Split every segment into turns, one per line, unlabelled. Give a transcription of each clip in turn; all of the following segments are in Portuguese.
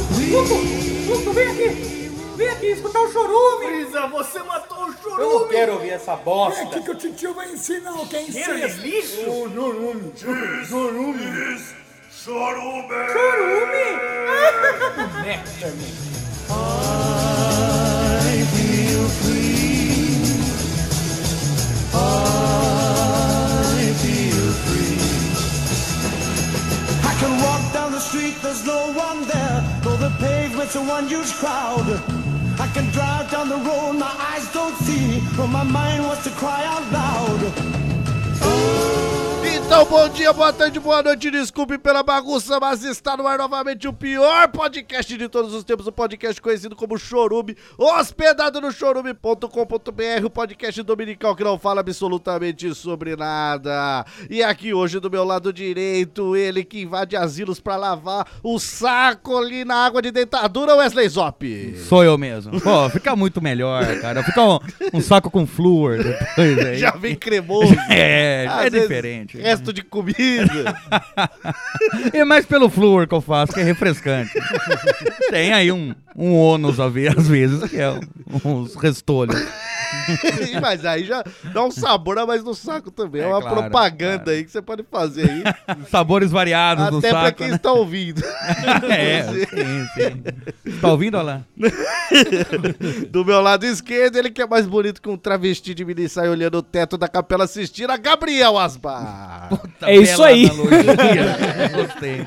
Luco, vem aqui! Vem aqui escutar o chorume!
Brisa, você matou o chorume!
Eu não quero ouvir essa
É aqui
bosta.
que o titio vai ensinar o que é
Cheiro de
incesto.
lixo!
chorume. Chorume.
Chorume!
Chorume!
I can walk down the street, there's no one there, though the pavement's a one-huge crowd. I can drive down the road, my eyes don't see, but my mind wants to cry out loud.
Então, bom dia, boa tarde, boa noite, desculpe pela bagunça, mas está no ar novamente o pior podcast de todos os tempos, o podcast conhecido como Chorume, hospedado no chorume.com.br, o podcast dominical que não fala absolutamente sobre nada. E aqui hoje do meu lado direito, ele que invade asilos para lavar o saco ali na água de dentadura, Wesley Zop.
Sou eu mesmo. Pô, fica muito melhor, cara. Fica um, um saco com flúor depois aí.
Já vem cremoso.
É, já
Às
é
vezes,
diferente.
Resto de comida.
É mais pelo flúor que eu faço, que é refrescante. Tem aí um, um ônus a ver, às vezes, que é um- uns restolhos.
Mas aí já dá um sabor a mais no saco também. É,
É
uma
claro,
propaganda
claro.
aí que você pode fazer aí.
Sabores variados do
até pra
saco,
quem
né?
está ouvindo.
É, sim, sim. Tá ouvindo, Alain?
Do meu lado esquerdo, ele que é mais bonito que um travesti de mini saia olhando o teto da capela assistindo a Gabriel Asbar.
É isso aí.
Tá Gostei.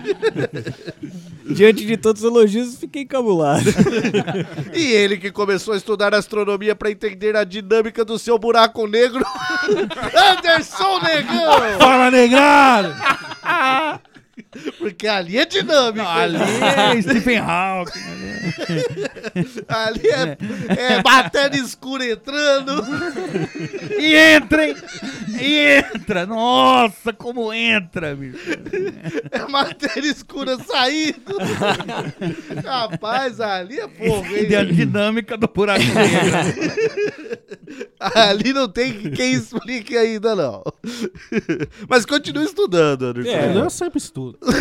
Diante de todos os elogios, fiquei encabulado.
e ele que começou a estudar astronomia pra entender a dinâmica do seu buraco negro, Anderson Negão!
Fala, negrado!
Porque ali é dinâmico.
Ali é Stephen Hawking.
ali é, é matéria escura entrando.
E entra, hein? E entra. Nossa, como entra, bicho.
É matéria escura saindo. Rapaz, ali é fogo,
E a
hein?
dinâmica do buraco negro.
Ali não tem quem explique ainda, não. Mas continue estudando, Anderson.
eu sempre estudo. né?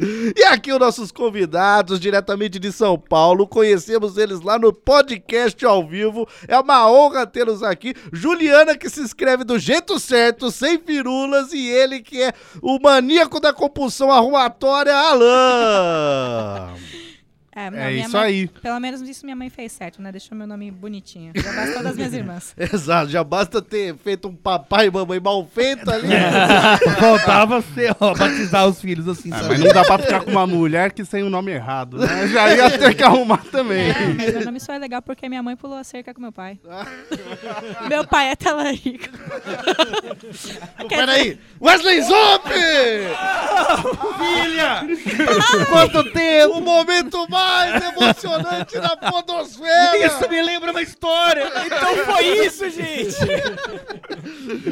E aqui os nossos convidados, diretamente de São Paulo. Conhecemos eles lá no podcast ao vivo. É uma honra tê-los aqui. Juliana, que se escreve do jeito certo, sem firulas, e ele que é o maníaco da compulsão arrumatória, Alain.
É, não,
É
minha
isso
mãe-
aí.
Pelo menos isso minha mãe fez certo, né? Deixou meu nome bonitinho. Já bastou das minhas irmãs.
Exato, já basta ter feito um papai e mamãe mal feito ali.
É.
Só Faltava ser, ó, batizar os filhos assim.
Ah,
sabe?
mas não dá pra ficar com uma mulher que tem o nome errado, né? Já ia ter que arrumar também.
É, mas meu nome só é legal porque minha mãe pulou a cerca com meu pai. meu pai é talarico.
Peraí, Wesley Zop!
Quanto tempo!
O momento mais emocionante da podosfera!
Isso me lembra uma história.
Então foi isso, gente!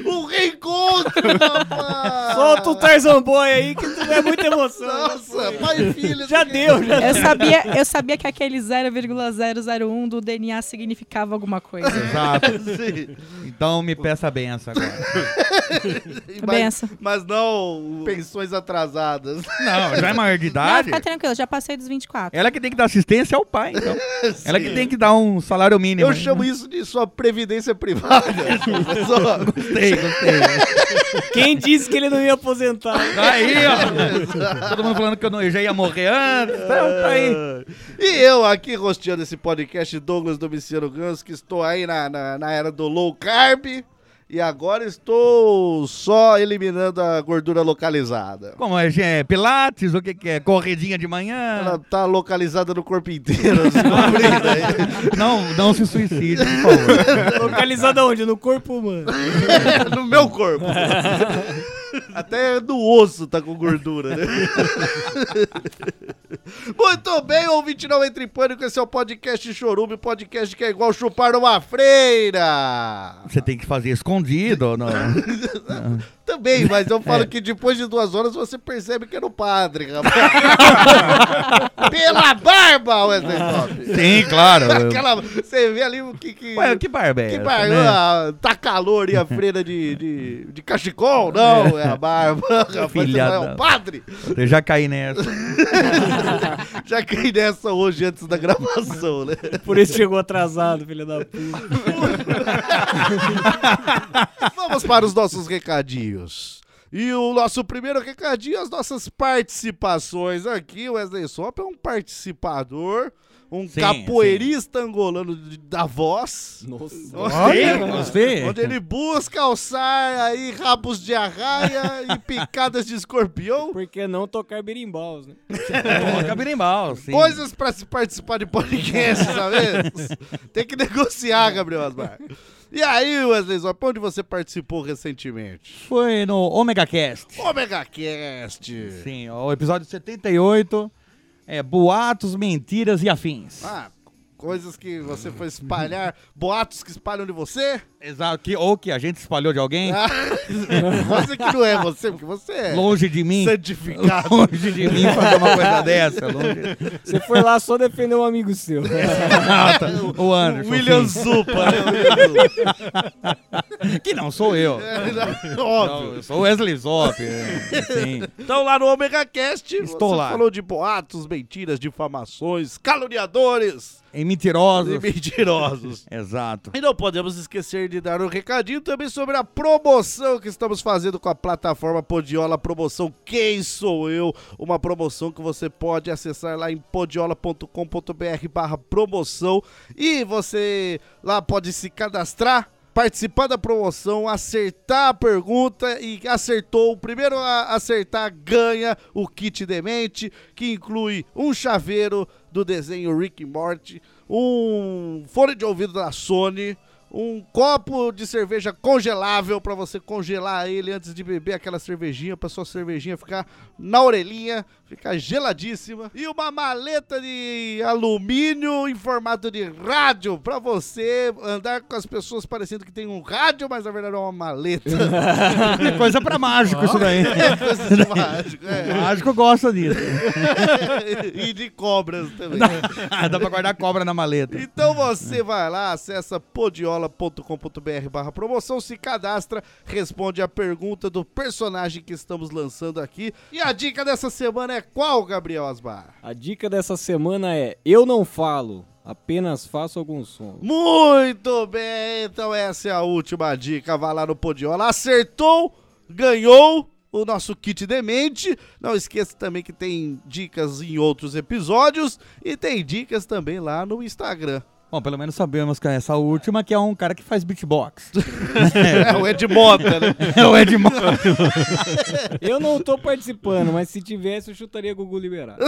O reencontro, rapaz!
Solta o Tarzan Boy aí, que não é muita emoção.
Nossa, pai e filho.
Já deu, já
Eu sabia, eu sabia que aquele 0,001 do DNA significava alguma coisa.
É.
Exato.
Sim,
Então me peça a benção agora.
mas,
Benção.
mas não pensões atrasadas.
Não, já é maior de
Não,
idade.
fica tranquilo, já passei dos 24.
Ela que tem que dar assistência ao pai, então. Ela que
Sim.
tem que dar um salário mínimo.
Eu chamo isso de sua previdência privada. Só-
Gostei, gostei.
Quem disse que ele não ia aposentar?
Aí, ó. Todo mundo falando que eu, não, eu já ia morrer antes. Então, tá aí.
E eu aqui rosteando esse podcast, Douglas Domiciano Gans, que estou aí na, na, na era do low carb e agora estou só eliminando a gordura localizada.
Como é, é pilates, o que que é? Corridinha de
Ela
manhã?
tá localizada no corpo inteiro, descobrindo aí.
Não, não se suicide, por favor.
Localizado aonde? No corpo humano.
no meu corpo. Até do osso tá com gordura, né? Muito bem, ouvinte não entre em pânico, esse é o podcast Chorume, podcast que é igual chupar uma freira.
Você tem que fazer escondido. Não.
Também, mas eu falo que depois de duas horas você percebe que era o padre, rapaz. Pela barba, Wesley Top.
Sim, claro.
Aquela, você vê ali o que... que...
É. Ué, que barba é
que
essa,
barba,
né?
Ah, tá calor e a freira de, de, de cachecol? Não, é a barba. rapaz,
Filhada.
você não é o padre.
Eu já caí nessa.
Já caí nessa hoje antes da gravação, né?
Por isso chegou atrasado, filho da puta.
Vamos para os nossos recadinhos. E o nosso primeiro recadinho, as nossas participações aqui. O Wesley Sop é um participador, um
Sim,
capoeirista angolano de- da voz.
Gostei,
É.
gostei.
Onde ele busca alçar aí rabos de arraia e picadas de escorpião.
Por que não tocar berimbaus, né?
é?
Cabirimbau, sim.
Coisas pra se participar de podcast, sabe? Tem que negociar, Gabriel Asmar. E aí, Wesley Zop, onde você participou recentemente?
Foi no Omega Cast.
Omega Cast.
Sim, ó, o episódio 78. É, boatos, mentiras e afins.
Ah, coisas que você foi espalhar, boatos que espalham de você,
Exato. Que, ou que a gente espalhou de alguém.
coisa que não é você, porque você Ah, é
Longe de mim.
santificado.
Longe de mim fazer uma coisa dessa. Longe...
Você foi lá só defender um amigo seu.
Ah, tá. O Anderson.
William
sim.
Zupa, né? William Zupa.
Que não sou eu.
É,
Não,
Óbvio.
eu sou Wesley Zop. é, sim.
Então lá no Omega Cast,
Estou
você
lá.
falou de boatos, mentiras, difamações, caluniadores
Em
e
É mentirosos.
mentirosos.
Exato.
E não podemos esquecer de dar um recadinho também sobre a promoção que estamos fazendo com a plataforma Podiola, a promoção Quem Sou Eu? Uma promoção que você pode acessar lá em podiola.com.br barra promoção e você lá pode se cadastrar. Participar da promoção, acertar a pergunta e acertou. O primeiro a acertar ganha o kit demente, que inclui um chaveiro do desenho Rick e Morty, um fone de ouvido da Sony, um copo de cerveja congelável pra você congelar ele antes de beber aquela cervejinha, pra sua cervejinha ficar na orelhinha, ficar geladíssima, e uma maleta de alumínio em formato de rádio pra você andar com as pessoas parecendo que tem um rádio, mas na verdade é uma maleta.
É coisa pra mágico isso daí.
Coisa de mágico, é.
Mágico gosta disso.
e de cobras também.
Dá pra guardar cobra na maleta.
Então você vai lá, acessa podiola.com.br barra promoção, se cadastra, responde a pergunta do personagem que estamos lançando aqui. E a dica dessa semana é qual, Gabriel Asbar?
A dica dessa semana é: eu não falo, apenas faço algum som.
Muito bem, então essa é a última dica. Vai lá no Podiola, acertou, ganhou o nosso kit demente. Não esqueça também que tem dicas em outros episódios e tem dicas também lá no Instagram.
Bom, pelo menos sabemos que essa última que é um cara que faz beatbox.
É o Ed Mota, né?
É o Edmundo.
Eu não tô participando, mas se tivesse, eu chutaria Gugu liberado.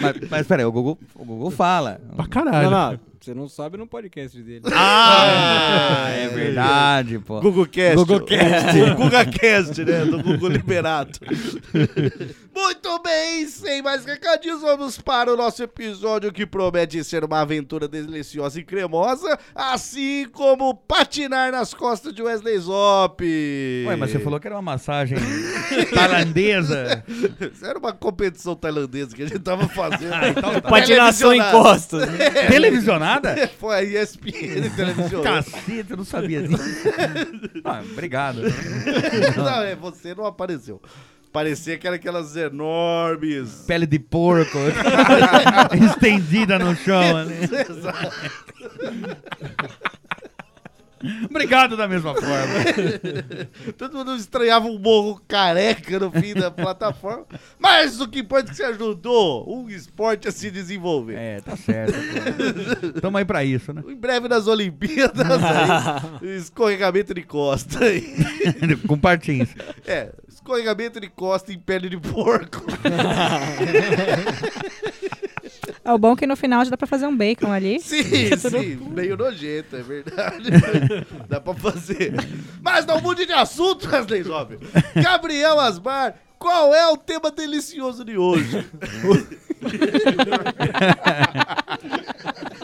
mas, mas peraí, o Gugu, o Gugu fala.
Pra caralho.
Não, não, você não sabe no podcast dele.
Ah, é verdade, pô.
Google Cast.
Google Cast.
O Google Cast, né? Do Google Liberato. Muito bem, sem mais recadinhos, vamos para o nosso episódio que promete ser uma aventura deliciosa e cremosa, assim como patinar nas costas de Wesley Zop.
Ué, mas você falou que era uma massagem tailandesa.
Isso era uma competição tailandesa que a gente tava fazendo.
Ah, então tá.
Patinação em
Televisionada.
costas.
Televisionada?
Foi a ESPN televisionada.
Cacete, eu não sabia disso. Ah, obrigado.
Não, é, você não apareceu. Parecia que era aquelas enormes
Pele de porco estendida no chão. né?
Exato.
Obrigado da mesma forma.
Todo mundo estranhava um morro careca no fim da plataforma. Mas o que importa é que você ajudou um esporte a se desenvolver.
É, tá certo. Tamo aí pra isso, né?
Em breve nas Olimpíadas, aí, escorregamento de costa. aí.
Com partins.
É, escorregamento de costa em pele de porco.
É o bom que no final já dá pra fazer um bacon ali.
Sim, sim, meio nojento, é verdade. mas dá pra fazer. Mas não mude de assunto, Wesley Jovem. Gabriel Asmar, qual é o tema delicioso de hoje?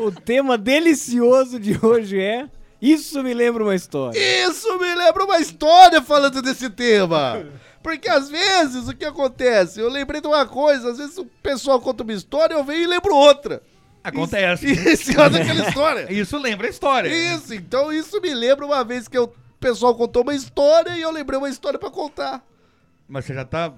O tema delicioso de hoje é Isso me lembra uma história.
Isso me lembra uma história falando desse tema. Porque às vezes o que acontece? Eu lembrei de uma coisa, às vezes o pessoal conta uma história, eu venho e lembro outra. E
Acontece.
esse ano é aquela história.
Isso lembra a história.
Isso, então isso me lembra uma vez que eu- o pessoal contou uma história e eu lembrei uma história pra contar.
Mas você já tá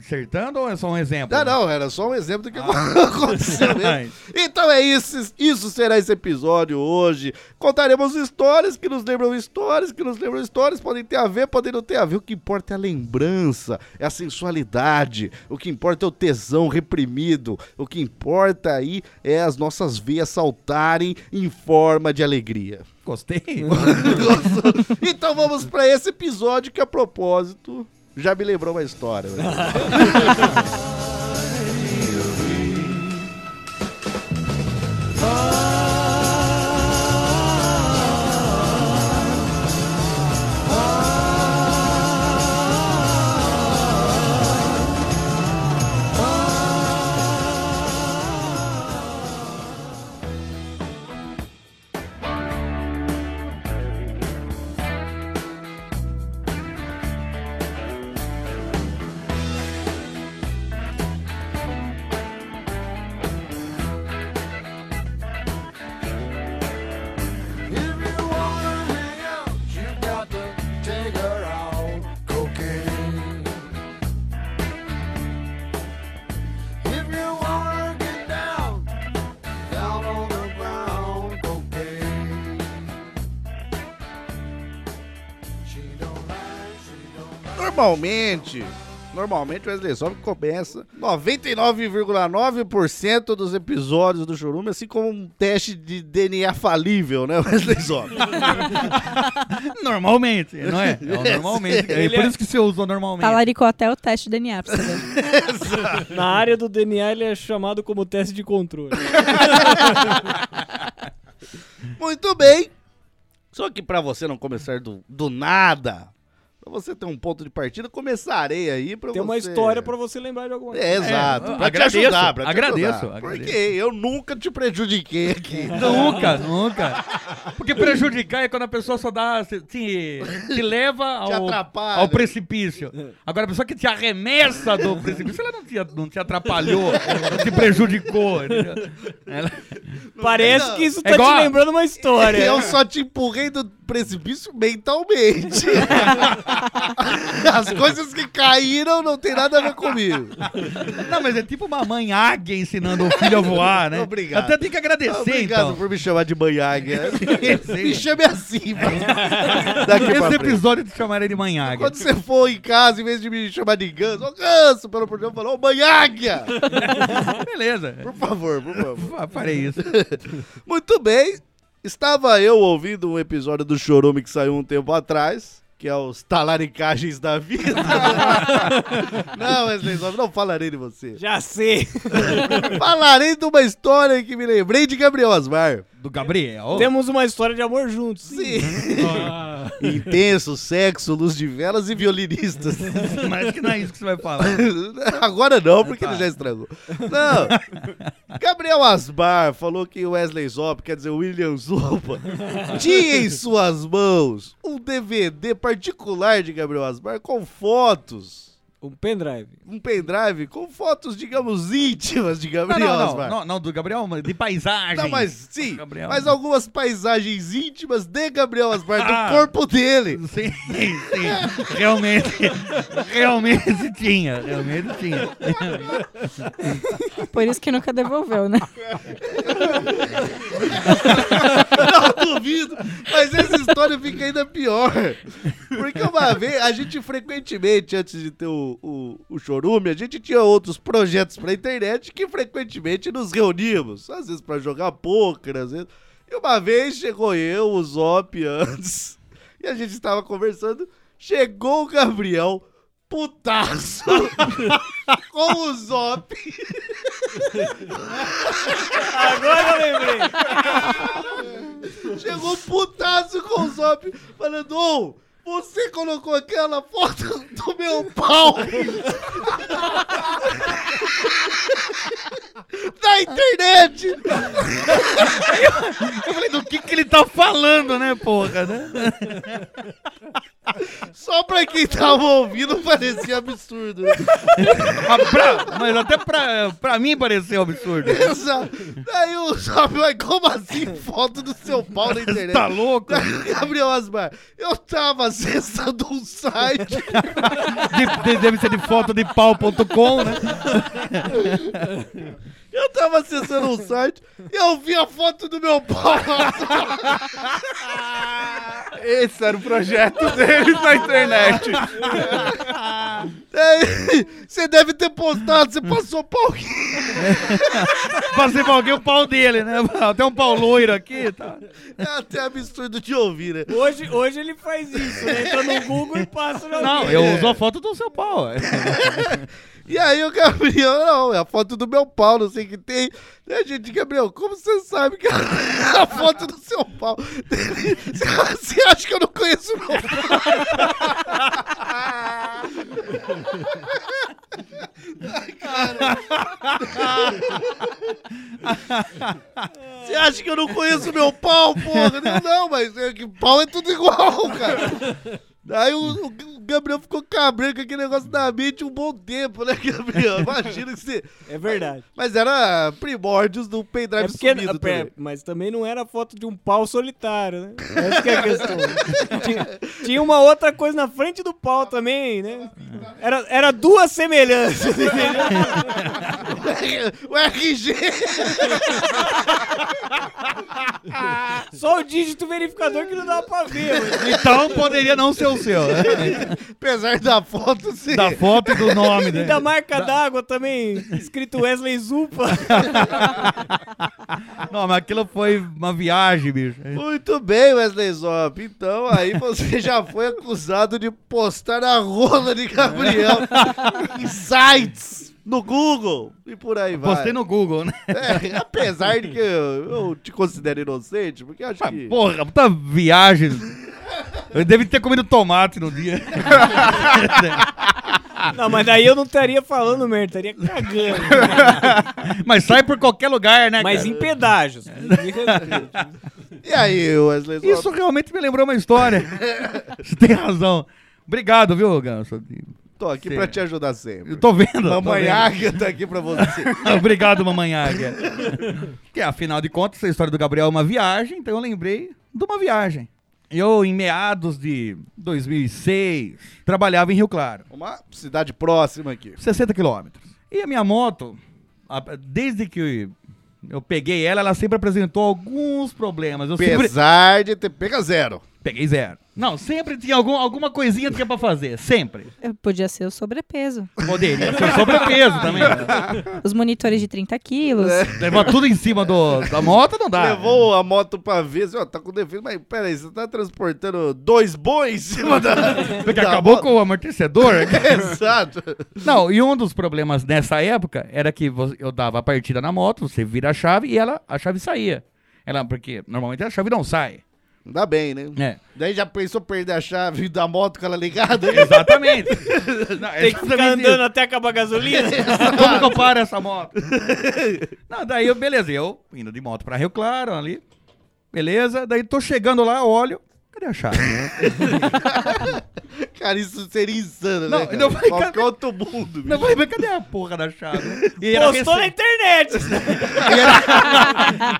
acertando ou é só um exemplo?
Não, não, era só um exemplo do que aconteceu mesmo. Então é isso, isso será esse episódio hoje. Contaremos histórias que nos lembram histórias, que nos lembram histórias, podem ter a ver, podem não ter a ver. O que importa é a lembrança, é a sensualidade, o que importa é o tesão reprimido, o que importa aí é as nossas veias saltarem em forma de alegria.
Gostei.
Gostou? então vamos pra esse episódio que a propósito já me lembrou uma história. né? Normalmente, normalmente o Wesley Sobe começa 99,9% dos episódios do Chorume, assim como um teste de DNA falível, né, Wesley Sobe?
Normalmente, não é? É o normalmente. É por isso que você usou normalmente.
Talaricou até o teste de DNA pra você ver.
Na área do DNA ele é chamado como teste de controle.
Muito bem. Só que pra você não começar do, do nada, pra você ter um ponto de partida, começarei aí pra você...
Tem uma história pra você lembrar de alguma coisa.
É, exato.
eu
pra
agradeço,
te ajudar, pra te
agradeço,
ajudar.
agradeço.
Porque eu nunca te prejudiquei aqui.
Nunca, nunca. Porque prejudicar é quando a pessoa só dá. se- Te, te leva
Te
ao,
atrapalha.
ao precipício. Agora, a pessoa que te arremessa do precipício, ela não te, não te atrapalhou, não te prejudicou. entendeu? Ela-
Parece que isso tá
É igual
te
a-
lembrando uma história.
Eu só te empurrei do precipício mentalmente. As coisas que caíram não tem nada a ver comigo.
Não, mas é tipo uma mãe águia ensinando o filho a voar, né?
Obrigado.
Até tem que agradecer,
Obrigado
então.
por me chamar de manhaga. me
Sim.
chame assim. mano. Daqui pra
Esse
frente.
episódio te chamarei de mãe águia.
Quando você for em casa, em vez de me chamar de ganso, ô ganso, pelo programa, falou, ô manhaga.
Beleza.
Por favor, por favor.
Ah, Farei isso.
Muito bem. Estava eu ouvindo um episódio do Chorume que saiu um tempo atrás, que é os talaricagens da vida. não, Wesley Zob, não falarei de você.
Já sei.
Falarei de uma história que me lembrei de Gabriel Asmar.
Do Gabriel.
Temos uma história de amor juntos.
Sim.
Ah,
Intenso, sexo, luz de velas e violinistas.
Mas que não é isso que você vai falar.
Agora não, porque
Tá.
ele já estragou. Não. Gabriel Asmar falou que o Wesley Zop, quer dizer, o William Zopa, tinha em suas mãos um DVD particular de Gabriel Asmar com fotos.
um pendrive.
Um pendrive com fotos, digamos, íntimas de
Não,
Gabriel
não,
Asmar.
não, não, não, do Gabriel, mas de paisagem.
Não, mas sim,
Gabriel.
mas algumas paisagens íntimas de Gabriel Asmar, do
Ah.
corpo dele.
Sim, sim. Realmente, realmente tinha. Realmente tinha.
Por isso que nunca devolveu, né?
Não duvido. Mas essa história fica ainda pior. Porque uma vez, a gente frequentemente, antes de ter o, o, o Chorume, a gente tinha outros projetos pra internet que frequentemente nos reuníamos. Às vezes pra jogar pôquer, às vezes. E uma vez chegou eu, o Zop antes, e a gente estava conversando. Chegou o Gabriel, putaço, com o Zop.
Agora eu lembrei.
Chegou putaço com o Zop, falando: Ô, você colocou aquela foto do meu pau na internet!
Eu falei, do que que ele tá falando, né, porra, né?
Só pra quem tava ouvindo parecia absurdo.
Ah, pra- mas até pra, pra mim pareceu absurdo.
Exato. Daí o Zop vai, como assim foto do seu pau na internet?
Tá louco?
Gabriel Asmar, eu tava acessando um site
De- de- deve ser de foto de pau.com, né?
Eu tava acessando um site e eu vi a foto do meu pau.
Esse era o projeto deles na internet.
Daí, Você deve ter postado, você passou pau.
Passei pra alguém o pau dele, né? Até um pau loiro aqui, tá?
É até absurdo de ouvir, né?
Hoje, hoje ele faz isso, né? Entra no Google e passa na
Não, eu uso a foto do seu pau. é.
E aí o Gabriel, não, é a foto do meu pau, não sei o que tem. Né, gente, Gabriel, como você sabe que é a foto do seu pau? Você acha que eu não conheço meu pau? Ai, cara. Você acha que eu não conheço meu pau, porra? Eu digo, não, mas é que pau é tudo igual, cara. Aí o, o Gabriel ficou cabreiro com aquele negócio da mente um bom tempo, né, Gabriel? Imagina que você.
É verdade.
Mas era primórdios do pendrive
É porque,
sumido
é,
também.
mas também não era foto de um pau solitário, né? Essa que é a questão. tinha, tinha uma outra coisa na frente do pau também, né? Era, era duas semelhanças.
O RG!
Só o dígito verificador que não dá pra ver. mas-
Então poderia não ser o seu. Né?
Apesar da foto, sim.
Da foto e do nome, né?
E da marca d'água também, escrito Wesley Zupa.
Não, mas aquilo foi uma viagem, bicho.
Muito bem, Wesley Zop. Então aí você já foi acusado de postar a rola de Gabriel em sites no Google e por aí vai.
Postei no Google, né?
É, apesar de que eu, eu te considero inocente, porque eu acho
Ah,
que.
Porra, puta viagem. Eu deve ter comido tomate no dia.
Não, mas daí eu não estaria falando merda, estaria cagando.
Mas sai por qualquer lugar, né?
Mas
cara?
em pedágios. Me respeita.
E aí, Wesley Zop?
Isso realmente me lembrou uma história. Você tem razão. Obrigado, viu, Ganso?
Tô aqui
Sim.
pra te ajudar sempre.
Eu tô vendo. tô
Mamãe
vendo.
Águia tá aqui pra você.
Obrigado, mamãe Águia. que afinal de contas, essa história do Gabriel é uma viagem, então eu lembrei de uma viagem. Eu, em meados de 2006, trabalhava em Rio Claro,
Uma cidade próxima aqui.
60 quilômetros. E a minha moto, a- desde que eu peguei ela, ela sempre apresentou alguns problemas. Eu sempre
Apesar de ter pega zero.
peguei zero. Não, sempre tinha algum, alguma coisinha que tinha pra fazer, sempre.
Eu Podia ser o sobrepeso.
Poderia ser sobrepeso também. né?
Os monitores de 30 quilos.
É.
Levar tudo em cima do- da moto não dá.
Levou a moto pra ver, assim, ó, tá com defeito, mas peraí, você tá transportando dois bois em cima da.
Porque
da
acabou
moto?
com o amortecedor.
Exato.
Não, e um dos problemas nessa época era que vo- eu dava a partida na moto, você vira a chave e ela, a chave saía. Ela, porque normalmente a chave não sai.
Ainda bem, né?
É.
Daí já pensou perder a chave da moto com ela ligada?
Exatamente. Não, é
Tem que tipo ficar
exatamente
andando até acabar a gasolina.
isso. Como que eu paro essa moto? Não, daí eu, beleza, eu indo de moto pra Rio Claro ali. Beleza, daí tô chegando lá, olho. Cadê a chave?
Cara, isso seria insano,
Não,
né? Cara?
não, eu falei,
Qualquer
cara-
outro mundo,
Não,
bicho.
eu falei, mas cadê a porra da chave? E era,
Postou na
recente-
internet.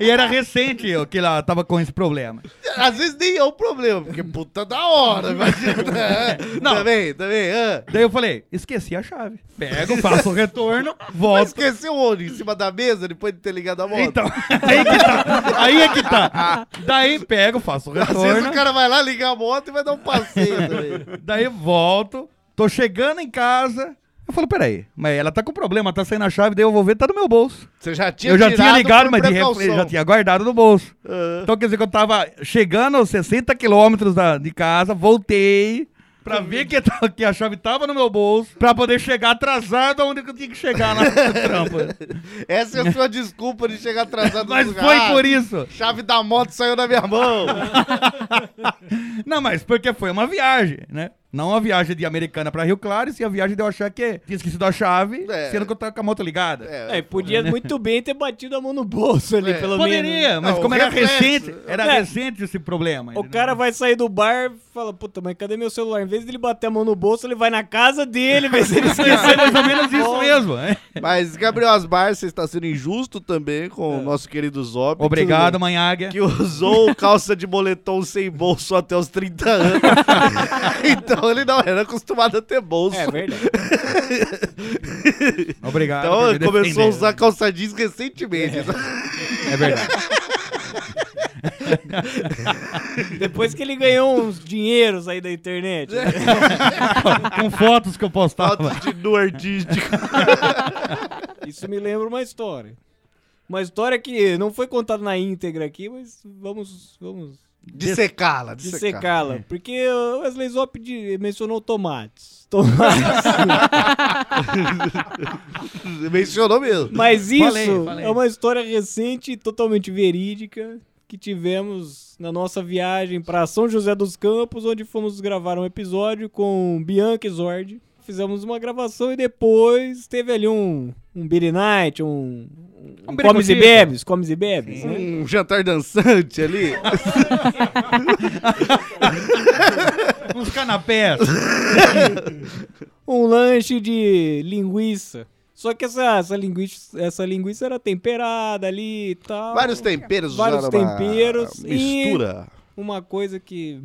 e era recente eu, que ela tava com esse problema.
Às vezes nem é um problema, porque puta da hora, imagina. né? Tá
Não.
Também, também. ah.
Daí eu falei, esqueci a chave. Pego, faço o retorno, volto.
Esqueceu onde? Em cima da mesa, depois de ter ligado a moto?
Então, aí que tá. Aí é que tá. Daí pego, faço o
Às vezes o
retorno,
cara vai lá ligar a moto e vai dar um passeio também.
daí volto, tô chegando em casa. Eu falo, peraí, mas ela tá com problema, tá saindo a chave, daí eu vou ver, tá no meu bolso.
Você já tinha
Eu já
tirado
tinha ligado,
por
mas de
precaução.
refle- já tinha guardado no bolso.
Ah.
Então quer dizer que eu tava chegando aos 60 quilômetros da- de casa, voltei pra ver que, ta- que a chave tava no meu bolso, pra poder chegar atrasado aonde que eu tinha que chegar lá no trampo.
Essa é a sua desculpa de chegar atrasado
Mas
no lugar. Ah,
foi por isso.
Chave da moto saiu da minha mão.
Não, mas porque foi uma viagem, né? Não uma viagem de Americana pra Rio Claro, se a viagem deu achar que tinha esquecido a chave,
É.
sendo que eu tava com a moto ligada.
É, podia muito bem ter batido a mão no bolso ali,
É.
pelo menos. né?
Poderia, mas
Não,
como era
reflexo.
recente, era
É.
recente esse problema.
O
entendeu?
cara vai sair do bar e fala, puta, mas cadê meu celular? Em vez de ele bater a mão no bolso, ele vai na casa dele, vê se ele
Foi
esqueceu.
mais ou menos isso mesmo. né?
Mas Gabriel Asbar, você está sendo injusto também com o nosso querido Zob.
É. Obrigado, Manhaga.
Que usou calça de moletom sem bolso até os 30 anos. então ele não era acostumado a ter bolso.
É verdade.
Obrigado.
então
por me
ele começou a
defender. né?
usar calça jeans recentemente.
É verdade.
Depois que ele ganhou uns dinheiros aí da internet.
É. Com fotos que eu postava.
Fotos de nu artístico.
Isso me lembra uma história. Uma história que não foi contada na íntegra aqui, mas vamos, vamos
Dissecá-la, dissecá-la.
dissecá-la. Porque o Wesley Zop de- mencionou tomates. Tomates.
Mencionou mesmo.
Mas isso
Falei, falei.
é uma história recente e totalmente verídica que tivemos na nossa viagem para São José dos Campos, onde fomos gravar um episódio com Bianca e Zord. Fizemos uma gravação e depois teve ali um, um Beer Night, um, um
beer
Comes e
contigo.
Bebes, Comes e Bebes, né?
Um jantar dançante ali.
Uns canapés.
um lanche de linguiça. Só que essa, essa, linguiça, essa linguiça era temperada ali e tal.
Vários temperos.
Vários
usaram uma
temperos e-
Mistura.
Uma coisa que.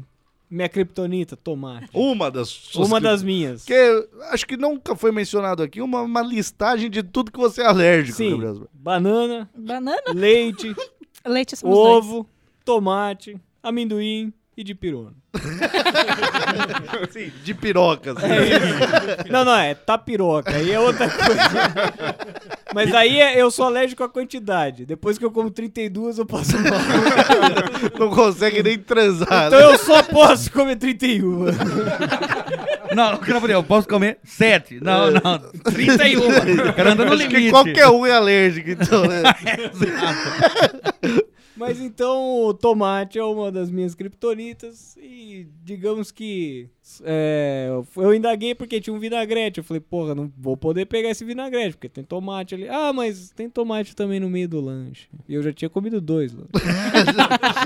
Minha kriptonita, tomate.
Uma das suas
Uma
cri-
das minhas.
Porque acho que nunca foi mencionado aqui uma, uma listagem de tudo que você é alérgico,
Sim,
Gabriel Asmar.
banana,
Banana?
leite,
Leite somos dois.
ovo, tomate, amendoim e de pirona.
Sim, de pirocas. né?
É Não, não, é tapiroca. Aí é outra coisa. Mas aí é- eu sou alérgico à quantidade. Depois que eu como 32, eu passo mal.
Não consegue nem transar. né?
Então eu só posso comer 31.
Não, Gabriel, eu posso comer sete. Não, não. 31. O cara anda no
Acho
limite.
que qualquer um é alérgico, então, né?
Mas então o tomate é uma das minhas criptonitas e digamos que é, eu indaguei porque tinha um vinagrete. Eu falei, porra, não vou poder pegar esse vinagrete porque tem tomate ali. Ah, mas tem tomate também no meio do lanche. E eu já tinha comido dois. lanches.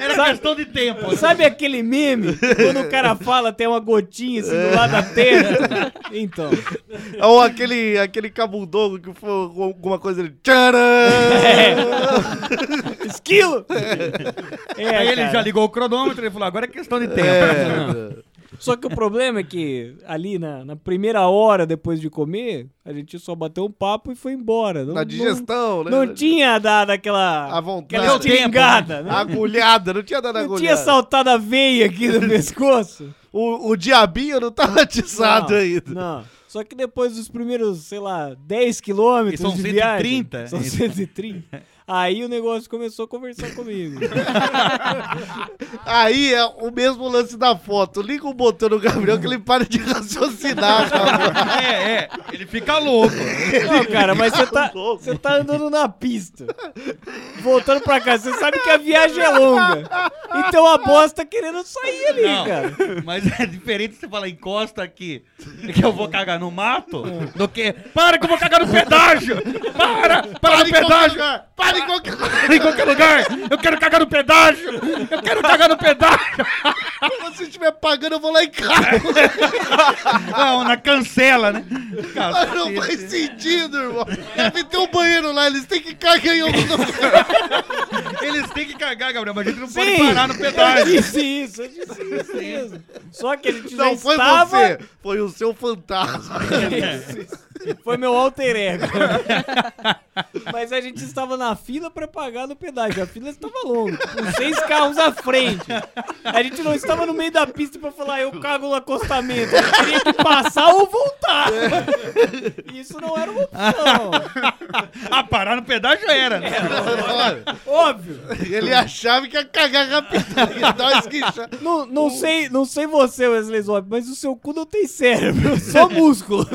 Era questão de tempo.
Sabe aquele meme quando o cara fala tem uma gotinha assim do lado da testa? Então,
Ou aquele, aquele camundongo que foi alguma coisa ali. Tcharam!
É, esquilo! É,
Aí ele
cara.
já ligou o cronômetro e falou: agora é questão de tempo.
Só que o problema é que ali na, na primeira hora depois de comer, a gente só bateu um papo e foi embora. Não,
Na digestão,
não,
né?
não tinha dado aquela,
A vontade.
aquela
Deu tempo,
estingada, né?
Agulhada, não tinha dado
Não
agulhada.
tinha saltado a veia aqui no pescoço.
O, o diabinho não tava atiçado
Não,
ainda.
Não. Só que depois dos primeiros, sei lá, 10 quilômetros
E né? são
de
130.
viagem... São 130. Aí o negócio começou a conversar comigo.
Aí é o mesmo lance da foto. Liga o botão no Gabriel que ele para de raciocinar. cara.
É, é. Ele fica louco.
Não, cara, mas você tá, você tá andando na pista. Voltando pra casa, você sabe que a viagem é longa. Então a bosta tá querendo sair ali,
Não, é
cara.
mas é diferente você falar encosta aqui. que eu vou cagar no mato do que. Para que eu vou cagar no pedágio! Para! Para, no pedágio!
Para em qualquer lugar!
Para em qualquer lugar! Eu quero cagar no pedágio! Eu quero cagar no pedágio!
Se você estiver pagando, eu vou lá em casa.
Não, Ah, na cancela, né?
É.
Mas não faz sentido, irmão. Deve ter um banheiro lá, eles têm que cagar em algum lugar.
Eles têm que cagar, Gabriel, mas a gente não
Sim.
pode parar no
Eu
pedágio.
disse isso, eu disse isso mesmo. Só que ele já
Não foi
estava...
você, foi o seu fantasma.
Foi meu alter ego. Mas a gente estava na fila para pagar no pedágio. A fila estava longa, com seis carros à frente. A gente não estava no meio da pista para falar, eu cago no acostamento. Eu teria que passar ou voltar. Isso não era uma opção.
Ah, parar no pedágio era, né?
Óbvio.
Ele achava que ia cagar rapidinho, ia dar uma esguichada.
Não, não, sei, não sei você, Wesley Zop, mas o seu cu não tem cérebro, só músculo.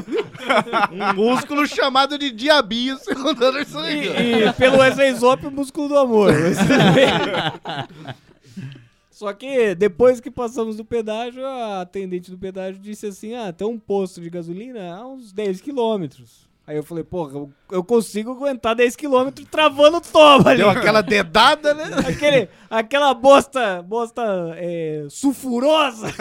Um músculo chamado de diabinho, tá segundo Anderson Negão.
E, e pelo Wesley Zop, o músculo do amor. mas tudo bem. Só que depois que passamos do pedágio, a atendente do pedágio disse assim: Ah, tem um posto de gasolina a uns 10 quilômetros. Aí eu falei, porra, eu- eu consigo aguentar 10 quilômetros travando toma ali.
Deu aquela dedada, né?
Aquele, aquela bosta, bosta é, sulfurosa.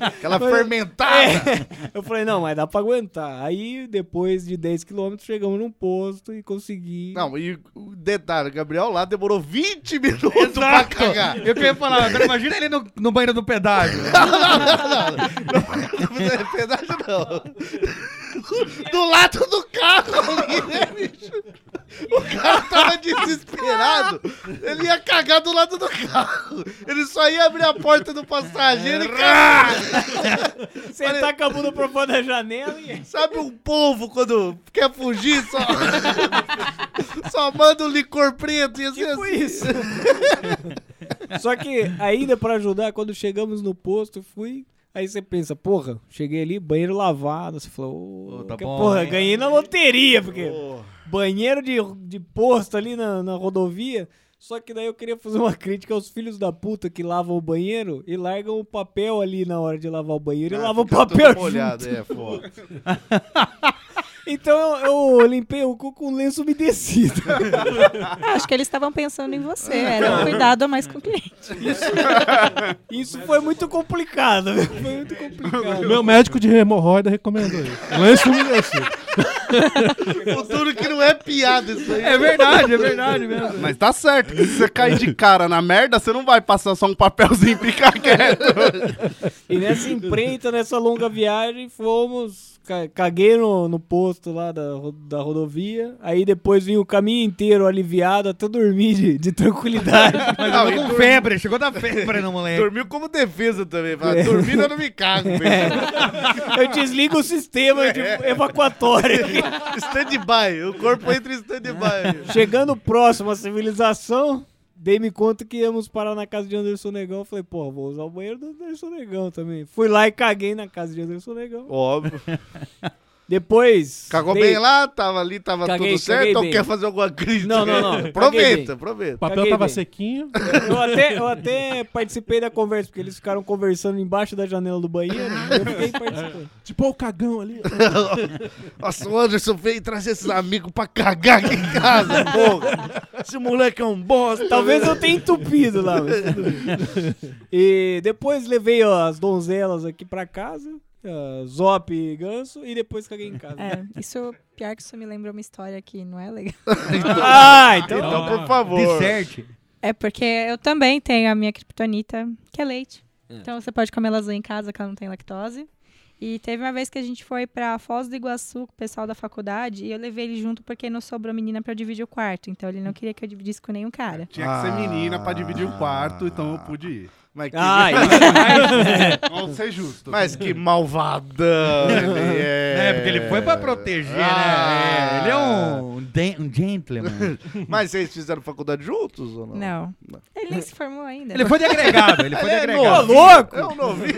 Aquela
Mas-
fermentada.
É. Eu falei, não, mas dá pra aguentar. Aí, depois de 10 km chegamos num posto e consegui.
Não, e o detalhe, o Gabriel lá demorou 20 minutos pra cagar.
Eu queria falar, agora imagina ele no, no banheiro do pedágio.
Não é verdade, não. Do lado do carro ali, né, bicho? O cara tava desesperado. Ele ia cagar do lado do carro. Ele só ia abrir a porta do
É
passageiro e cagar.
Você tá com a bunda pra fora da janela e.
Sabe um povo quando quer fugir, só, só manda um licor preto e assim,
Tipo
assim.
isso. Só que, ainda pra ajudar, quando chegamos no posto, fui. Aí você pensa, porra, cheguei ali, banheiro lavado. Você falou, ô,
Ô, tá
que
bom,
porra,
hein?
ganhei na loteria, porque banheiro de, de posto ali na, na rodovia. Só que daí eu queria fazer uma crítica aos filhos da puta que lavam o banheiro e largam o papel ali na hora de lavar o banheiro e lavam o
Ah, Fica todo
papel junto.
molhado, é foda.
Então eu, eu limpei o cu com lenço umedecido.
Ah, acho que eles estavam pensando em você. Era um cuidado a mais com o cliente.
Isso foi muito complicado, viu? foi muito complicado.
Meu médico de hemorroida recomendou isso. Lenço umedecido.
Futuro que não é piada isso aí.
É verdade, é verdade mesmo.
Mas tá certo, que se você cair de cara na merda, você não vai passar só um papelzinho e ficar quieto.
E nessa empreita, nessa longa viagem, fomos. ca- Caguei no, no posto lá da, ro- da rodovia. Aí depois vim o caminho inteiro aliviado até dormir de, de tranquilidade.
Mas
Não,
eu
e
tô com
dorme-
febre, chegou da febre no moleque.
Dormiu como defesa também. Fala,
É.
Dormindo eu não me cago, velho.
Eu desligo o sistema de evacuatório.
Stand-by. O corpo entra em stand-by.
Chegando próximo à civilização, dei-me conta que íamos parar na casa de Anderson Negão. Falei, pô, vou usar o banheiro do Anderson Negão também. Fui lá e caguei na casa de Anderson Negão.
Óbvio.
Depois.
Cagou
dei-
bem lá, tava ali, tava
Caguei,
tudo certo.
caguei
Ou
bem.
quer fazer alguma crítica?
Não, não, não. Caguei
Aproveita,
bem.
O
aproveita.
papel
Caguei
tava
bem.
sequinho.
Eu até, eu até participei da conversa, porque eles ficaram conversando embaixo da janela do banheiro. e Eu fiquei participando.
Tipo, ó, o cagão ali.
Nossa, o Anderson veio trazer esses amigos pra cagar aqui em casa, porra. Esse moleque é um bosta.
Talvez eu tenha entupido lá. Mas tudo bem. E depois levei ó, as donzelas aqui pra casa. ó, Zop e Ganso, e depois caguei em casa.
É, isso, pior que isso me lembra uma história que não é legal.
Ah, então.
Então, por favor.
Disserte.
É porque eu também tenho a minha criptonita, que é leite. Então você pode comer lasanha em casa, que ela não tem lactose. E teve uma vez que a gente foi pra Foz do Iguaçu com o pessoal da faculdade e eu levei ele junto porque não sobrou menina pra eu dividir o quarto. Então ele não queria que eu dividisse com nenhum cara.
Tinha que ser menina pra dividir
Ah.
o quarto, então eu pude ir. Mas que...
Ah, isso.
Vamos ser justos.
Mas que malvadão ele é.
É, porque ele foi pra proteger,
Ah.
né? É, ele é um, den- um gentleman.
Mas vocês fizeram faculdade juntos ou não?
Não. Ele nem se formou ainda. né?
ele foi degregado, ele foi
Ele é
degregado.
novo.
Louco!
Eu não vi.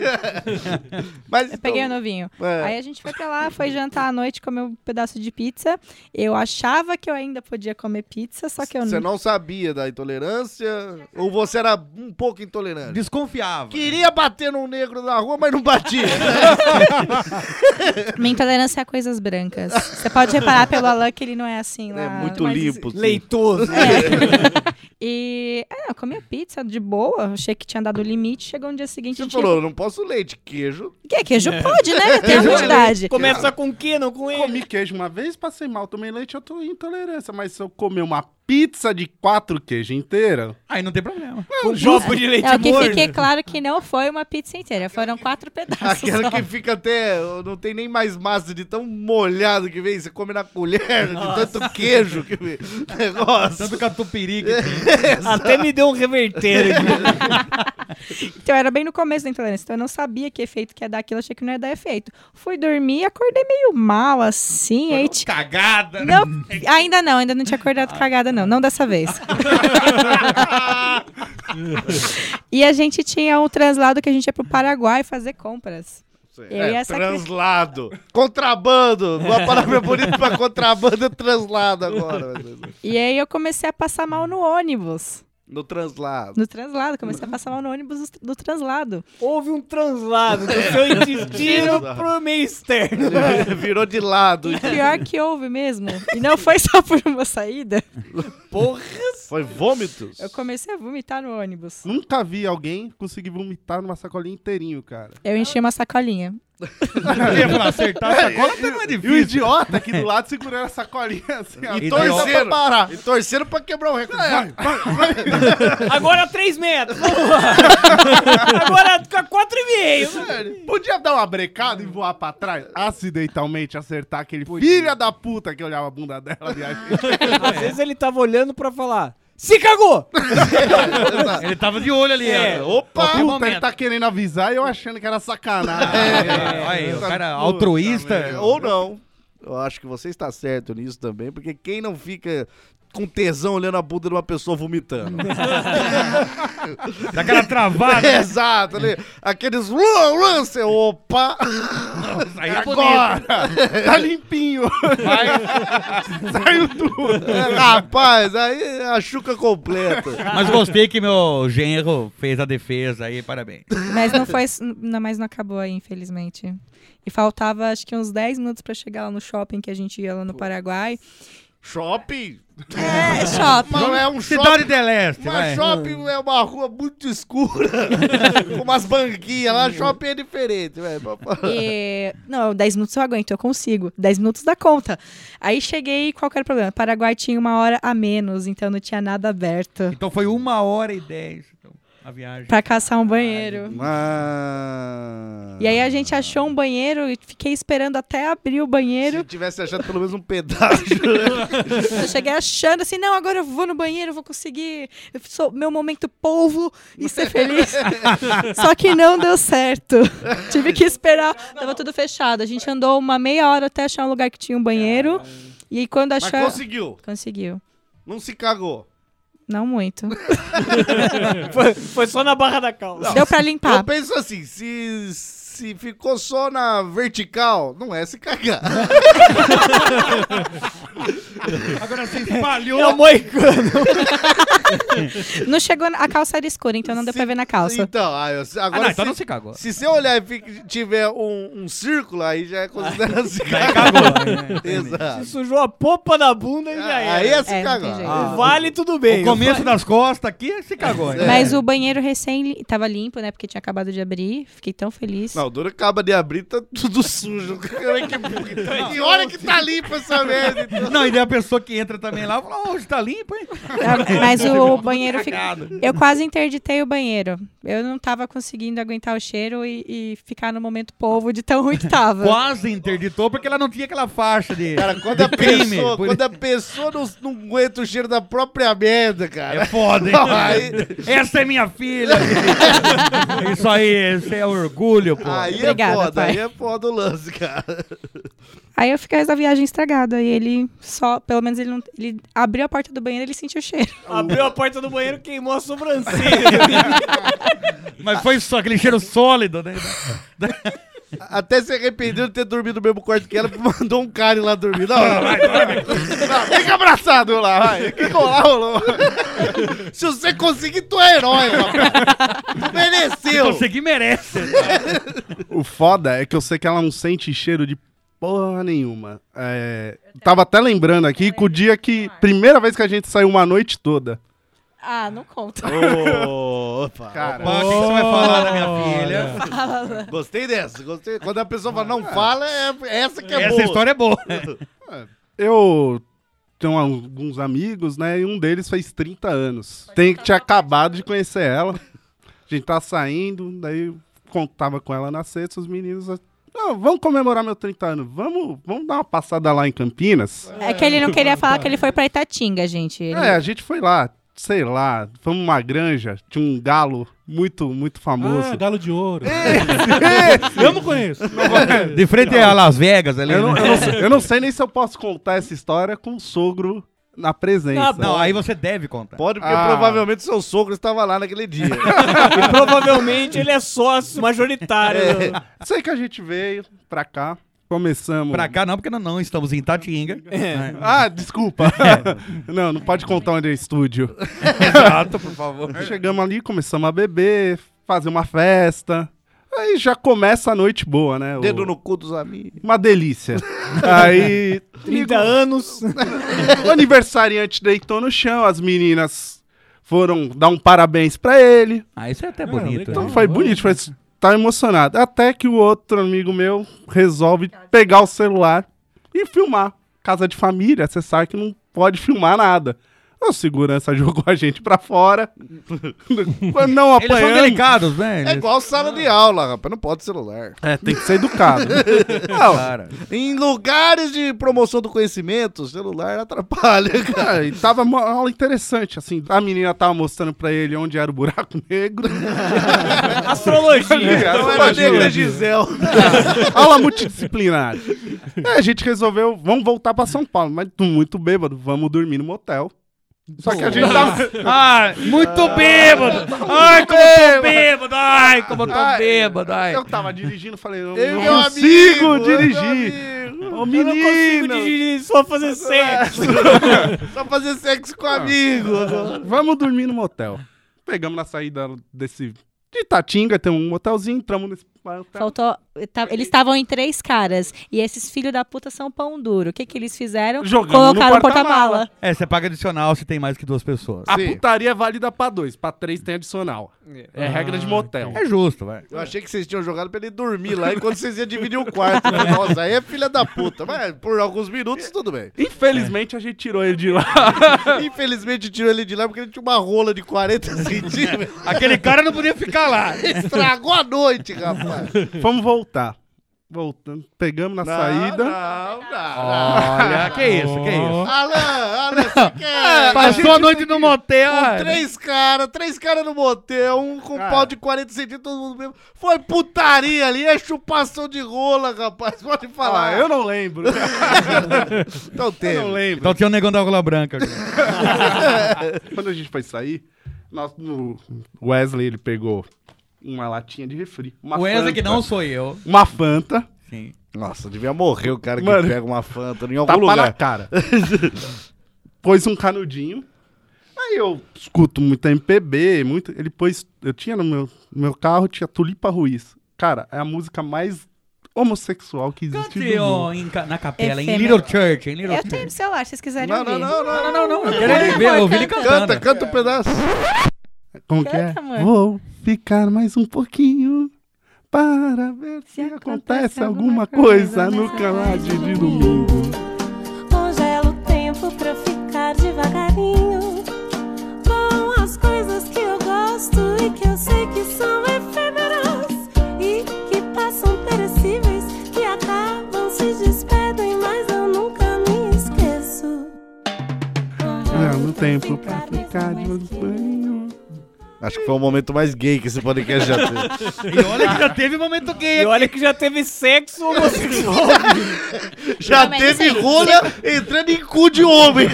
Mas
Eu peguei o
então,
novinho.
É.
Aí a gente foi pra lá, foi jantar à noite, comeu um pedaço de pizza. Eu achava que eu ainda podia comer pizza, só que eu
você
não.
não sabia da intolerância? Ou você era um pouco intolerante?
Desconfiava.
Queria bater num negro na rua, mas não batia.
Minha intolerância é a coisas brancas. Você pode reparar pelo Alan que ele não é assim lá. mas- É.
sim.
Leitoso.
E ah, eu comia pizza de boa, achei que tinha dado limite. Chegou no dia seguinte.
Você
gente-
falou, não posso leite, queijo.
Que queijo pode, né? Tem a quantidade.
Começa com que, não com ele?
Comi queijo uma vez, passei mal, tomei leite, eu tô em intolerância. Mas se eu comer uma pizza de quatro queijos inteira,
Aí não tem problema.
Com um copo de leite
É o que
morno.
fiquei claro que não foi uma pizza inteira, foram quatro pedaços.
Aquela
só.
que fica até. Não tem nem mais massa de tão molhado que vem. Você come na colher de tanto queijo que vem. Negócio.
Tanto catupiry que tem.
Até me deu um reverteiro. aqui.
Então era bem no começo da intolerância, então eu não sabia que efeito que ia dar aquilo, achei que não ia dar efeito. Fui dormir, acordei meio mal assim, aí ti-
Cagada. né? Ah.
não, ainda não, ainda não tinha acordado cagada não, não dessa vez. e a gente tinha um translado que a gente ia pro Paraguai fazer compras. Eu ia sacri-
É, translado. Contrabando. Uma palavra bonita pra contrabando é translado agora.
E aí eu comecei a passar mal no ônibus,
No translado.
no translado, comecei a passar mal no ônibus do- do translado.
Houve um translado do seu intestino pro meio externo.
Ele virou de lado.
E pior que houve mesmo. E não foi só por uma saída.
Foi vômitos.
Eu comecei a vomitar no ônibus.
nunca vi alguém conseguir vomitar numa sacolinha inteirinho, cara.
Eu enchi uma sacolinha.
Eu ia falar, acertar a sacola até não é
E o
difícil.
idiota aqui do lado segurando a sacolinha assim, ó.
E
torcendo
torcendo.
pra parar. É,
E torcendo pra quebrar o recorde.
Agora 3 metros. Vamos lá. Agora 4,5.
é, Podia dar uma brecada e voar pra trás, acidentalmente acertar aquele filha da puta que olhava a bunda dela tá de
Às vezes ele tava olhando pra falar. Se cagou!
Ele tava de olho ali.
É,
ó. Qualquer
Puta, ele
momento.
tá querendo avisar e eu achando que era sacanagem.
É, olha aí, o cara altruísta.
É, Ou não. Eu acho que você está certo nisso também, porque quem não fica com tesão olhando a bunda de uma pessoa vomitando?
Daquela travada.
Exato, ali. Aqueles "Luan, Luan", você, opa!
Aí
Tá
é
Agora!
tá limpinho. Saiu tudo.
É, Rapaz, aí é a chuca completa.
Mas gostei que meu genro fez a defesa aí, parabéns.
Mas não foi. Não, mas não acabou aí, infelizmente. E faltava acho que uns 10 minutos pra chegar lá no shopping que a gente ia lá no Paraguai.
Shopping?
É, shopping.
Não é um
Cidade
shopping.
de Leste, vai.
Mas shopping é uma rua muito escura, com umas banquinhas lá, shopping é diferente, velho.
E, não, 10 minutos eu aguento, eu consigo. 10 minutos dá conta. Aí cheguei, qual que era o problema? Paraguai tinha uma hora a menos, então não tinha nada aberto
Então foi uma hora e dez então, a viagem.
pra caçar um banheiro.
Mas...
E aí a gente achou um banheiro e fiquei esperando até abrir o banheiro.
Se tivesse achado pelo menos um pedaço.
Eu cheguei achando assim, não, agora eu vou no banheiro, eu vou conseguir. eu sou- meu momento polvo e ser feliz. Só que não deu certo. Tive que esperar. Tava tudo fechado. A gente andou uma meia hora até achar um lugar que tinha um banheiro. E aí quando
Mas
achou.
conseguiu.
Conseguiu.
Não se cagou.
Não muito.
Foi, foi só na barra da calça.
Deu pra
Eu
limpar.
penso assim, se, se ficou só na vertical, não é se cagar.
Agora você espalhou.
É o moicano.
Não chegou. na- A calça era escura, então não deu pra ver na calça.
Então, ah, eu- agora
Ah, não,
se,
então não se cagou.
se você olhar e fica- tiver um, um círculo, aí já é considerado se
Aí
cagar.
cagou.
Exato.
Sujou a popa da bunda e já
Aí
era.
é se
É, não tem
cagar.
jeito.
O Vale tudo bem.
É. O começo das costas aqui se cagou. né?
Mas
É.
o banheiro recém li- tava limpo, né? Porque tinha acabado de abrir. Fiquei tão feliz.
Não, o Duro acaba de abrir, tá tudo sujo. Cara, que, que hora que tá limpa essa merda. então.
Não, e daí a pessoa que entra também lá fala, "Ô, hoje tá limpo, hein?
Ah, Mas o banheiro fica. Eu quase interditei o banheiro. Eu não tava conseguindo aguentar o cheiro e, e ficar no momento povo de tão ruim que tava.
Quase interditou porque ela não tinha aquela faixa de.
Cara, quando a
de crime,
pessoa,
por-
quando a pessoa não, não aguenta o cheiro da própria merda, cara.
É foda, hein?
Não, aí-
Essa é minha filha. Isso aí, isso é orgulho, pô.
Aí é
Obrigada,
foda,
pai.
aí é foda o lance, cara.
Aí eu fiquei da viagem estragada. E ele só, pelo menos ele não. Ele abriu a porta do banheiro e ele sentiu o cheiro.
Abriu a porta do banheiro, queimou a sobrancelha.
Mas foi só aquele cheiro sólido, né?
Até se arrependeu de ter dormido no mesmo quarto que ela, mandou um cara ir lá dormir. Não, vai, dorme. Não, fica abraçado lá, vai. O que rolar, rolou. Se você conseguir, tu é herói, rapaz. Tu mereceu.
Então, Você que merece.
O foda é que eu sei que ela não sente cheiro de porra nenhuma. É, tava até lembrando aqui que o dia que. Primeira vez que a gente saiu uma noite toda.
Ah, não conta.
Opa.
Cara,
Pá, o que que você vai falar da minha filha?
Gostei dessa, gostei. Quando a pessoa fala, não fala, é essa que é
Essa
boa. É.
história é boa.
eu tenho alguns amigos, né? E um deles fez 30 anos. Tem que tinha acabado de conhecer ela. A gente tá saindo, daí contava com ela na sexta, os meninos. ah, Não, vamos comemorar meu 30 anos. Vamos, vamos dar uma passada lá em Campinas.
É que ele não queria falar que ele foi pra Itatinga, gente. Ele-
É, a gente foi lá, sei lá, fomos numa granja, tinha um galo muito, muito famoso.
Ah, galo de ouro. Eu não conheço.
De frente a Las Vegas ali.
eu, não,
né?
eu não sei, eu não sei nem se eu posso contar essa história com o sogro na presença.
Não, aí você deve
Ah,
contar.
Pode, porque
Ah.
provavelmente seu sogro estava lá naquele dia.
e provavelmente ele é sócio majoritário.
É.
Sei que a gente veio pra cá, começamos.
Pra cá não, porque não, não estamos em né? Tatinga.
Ah, desculpa. não, não pode contar onde é o estúdio.
Exato, por favor.
Chegamos ali, começamos a beber, fazer uma festa. Aí já começa a noite boa, né? O-
Dedo no cu dos amigos.
Uma delícia. Aí
30 anos.
o aniversariante deitou no chão, as meninas foram dar um parabéns pra ele.
Ah, isso é até bonito.
Então
né?
foi bonito, foi, tá emocionado. Até que o outro amigo meu resolve pegar o celular e filmar. Casa de família, você sabe que não pode filmar nada. O segurança jogou a gente pra fora. não
Eles são
apanhando.
delicados, né?
É
Eles-
igual sala de aula, rapaz. Não pode celular.
É, tem que ser educado. não,
Cara.
Em lugares de promoção do conhecimento, o celular atrapalha, cara.
cara, e tava uma aula interessante, assim. A menina tava mostrando pra ele onde era o buraco negro.
Astrologia.
Então era
Astrologia.
negra Gisele.
Aula multidisciplinar. É, a gente resolveu, vamos voltar pra São Paulo, mas tô muito bêbado, vamos dormir no motel. Só que a gente tava.
Ah, muito bêbado! Ai, como eu tô bêbado! Ai, como eu tô
Ai,
bêbado! Ai.
Eu tava dirigindo, falei, eu
Eu
não
meu
consigo
amigo,
dirigir. Ô,
Eu não consigo
menino,
dirigir, só fazer sexo.
Só fazer sexo com amigo.
vamos dormir no motel. Ah. Pegamos na saída desse. De Itatinga, tem um motelzinho, entramos nesse motel.
Faltou. tá- eles estavam em três caras. E esses filhos da puta são pão duro. O que, que eles fizeram?
Jogamos
Colocaram um
no porta-mala.
porta-mala.
É, você paga adicional se tem mais que duas pessoas.
A
Sim.
putaria é válida pra dois, pra três tem adicional. É regra de motel.
É justo, vai.
Eu achei que vocês tinham jogado pra ele dormir lá enquanto vocês iam dividir o quarto. Eu falei, Nossa, aí é filha da puta. Mas por alguns minutos, tudo bem.
Infelizmente a gente tirou ele de lá.
Infelizmente tirou ele de lá porque ele tinha uma rola de 40 centímetros.
Aquele cara não podia ficar lá.
Estragou a noite, rapaz.
Vamos voltar. Voltando. Pegamos na saída.
Não, não, não.
Olha, Ah, que isso, que isso.
Alan, Alan, você quer?
Ah, Passou a noite no motel. ah,
Três caras, três caras no motel, um com pau de 40 centímetros, todo mundo mesmo. Foi putaria ali, é chupação de rola, rapaz. Pode falar.
Ah, eu não lembro.
Então
Eu não
teve.
lembro.
Então tinha um negão da Rola Branca. cara.
Quando a gente foi sair, nós, o Wesley ele pegou uma latinha de refri. Uma
O Wesley
Fanta,
que não sou eu.
Uma Fanta.
Sim.
Nossa, devia morrer o cara que
Mano,
pega uma Fanta em algum
Tapa na
lugar.
cara. pôs um canudinho. Aí eu escuto muito MPB, muito. Ele pôs. Eu tinha no meu, no meu carro, tinha Tulipa Ruiz. Cara, é a música mais homossexual que existe.
Cante
no mundo.
ó, em ca- na capela, em
Efêmero.
Little Church, em Little
Eu
Church.
tenho no celular, se vocês quiserem
Não, não,
ouvir.
não, não, não, não. é
Não, eu quero ver, eu ouvi ele cantando.
Canta, canta um pedaço.
Como que é?
Canta, amor.
Vou ficar mais um pouquinho para ver se, acontece alguma coisa, no canal de domingo.
Congela o tempo pra ficar devagarinho com as coisas que eu gosto e que eu sei que são efêmeras e que passam perecíveis, que acabam, se despedem, mas eu nunca me esqueço.
Ah, um Dando tempo pra ficar de banho.
Acho que foi o momento mais gay que esse podcast já teve.
E olha que já teve momento gay.
E olha que já teve sexo homossexual.
Já
Também
teve
sei.
rola entrando em cu de homem.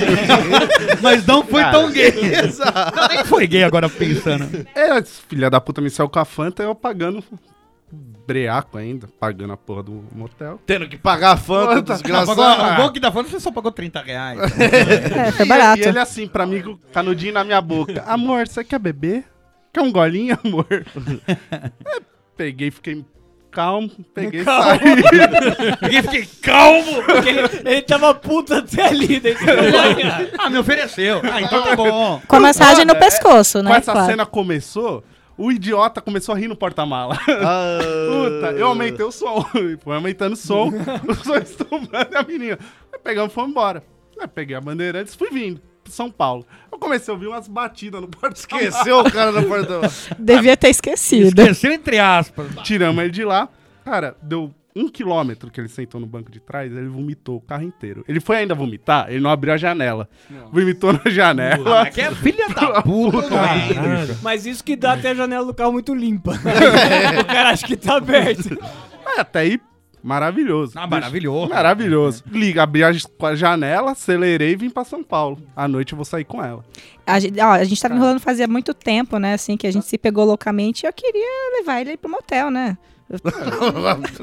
Mas não foi tão gay.
Exato.
Nem foi gay agora pensando.
É, esse filha da puta me saiu com a Fanta, eu pagando breaco ainda, pagando a porra do motel.
Tendo que pagar a fanta,
Agora, o
desgraçado.
bom que da fã você só pagou 30 reais.
É, foi
E-
barato.
E ele assim, pra mim, com o canudinho na minha boca. Amor, você quer beber? Quer um golinho, amor? É, peguei, fiquei calmo, peguei, saí.
Porque fiquei calmo.
Porque ele, ele tava puto até ali. né? Daí você olha,
Ah, me ofereceu. Ah, então tá bom.
Com a massagem no pescoço, né?
Quando essa
Claro.
cena começou, o idiota começou a rir no porta-mala.
Ah,
Puta, eu aumentei o som. E Foi aumentando o som, o som estourando e a menina. Aí pegamos e fomos embora. Aí peguei a bandeirantes fui vindo. pra São Paulo. Eu comecei a ouvir umas batidas no porta-mala.
Esqueceu o cara no portão.
Devia ter esquecido.
Desceu entre aspas.
Tiramos ele de lá. Cara, deu um quilômetro que ele sentou no banco de trás, ele vomitou o carro inteiro. Ele foi ainda vomitar, ele não abriu a janela. Vomitou na janela.
Que é filha da puta. cara.
Mas isso que dá até a janela do carro muito limpa. o cara acha que tá aberto.
Mas é até aí, maravilhoso.
Ah, maravilhoso.
Maravilhoso. Liga, abri a j- com a janela, acelerei e vim pra São Paulo. À noite eu vou sair com ela.
A gente, ó, a gente tava enrolando fazia muito tempo, né? Assim, que a gente se pegou loucamente e eu queria levar ele pro motel, né?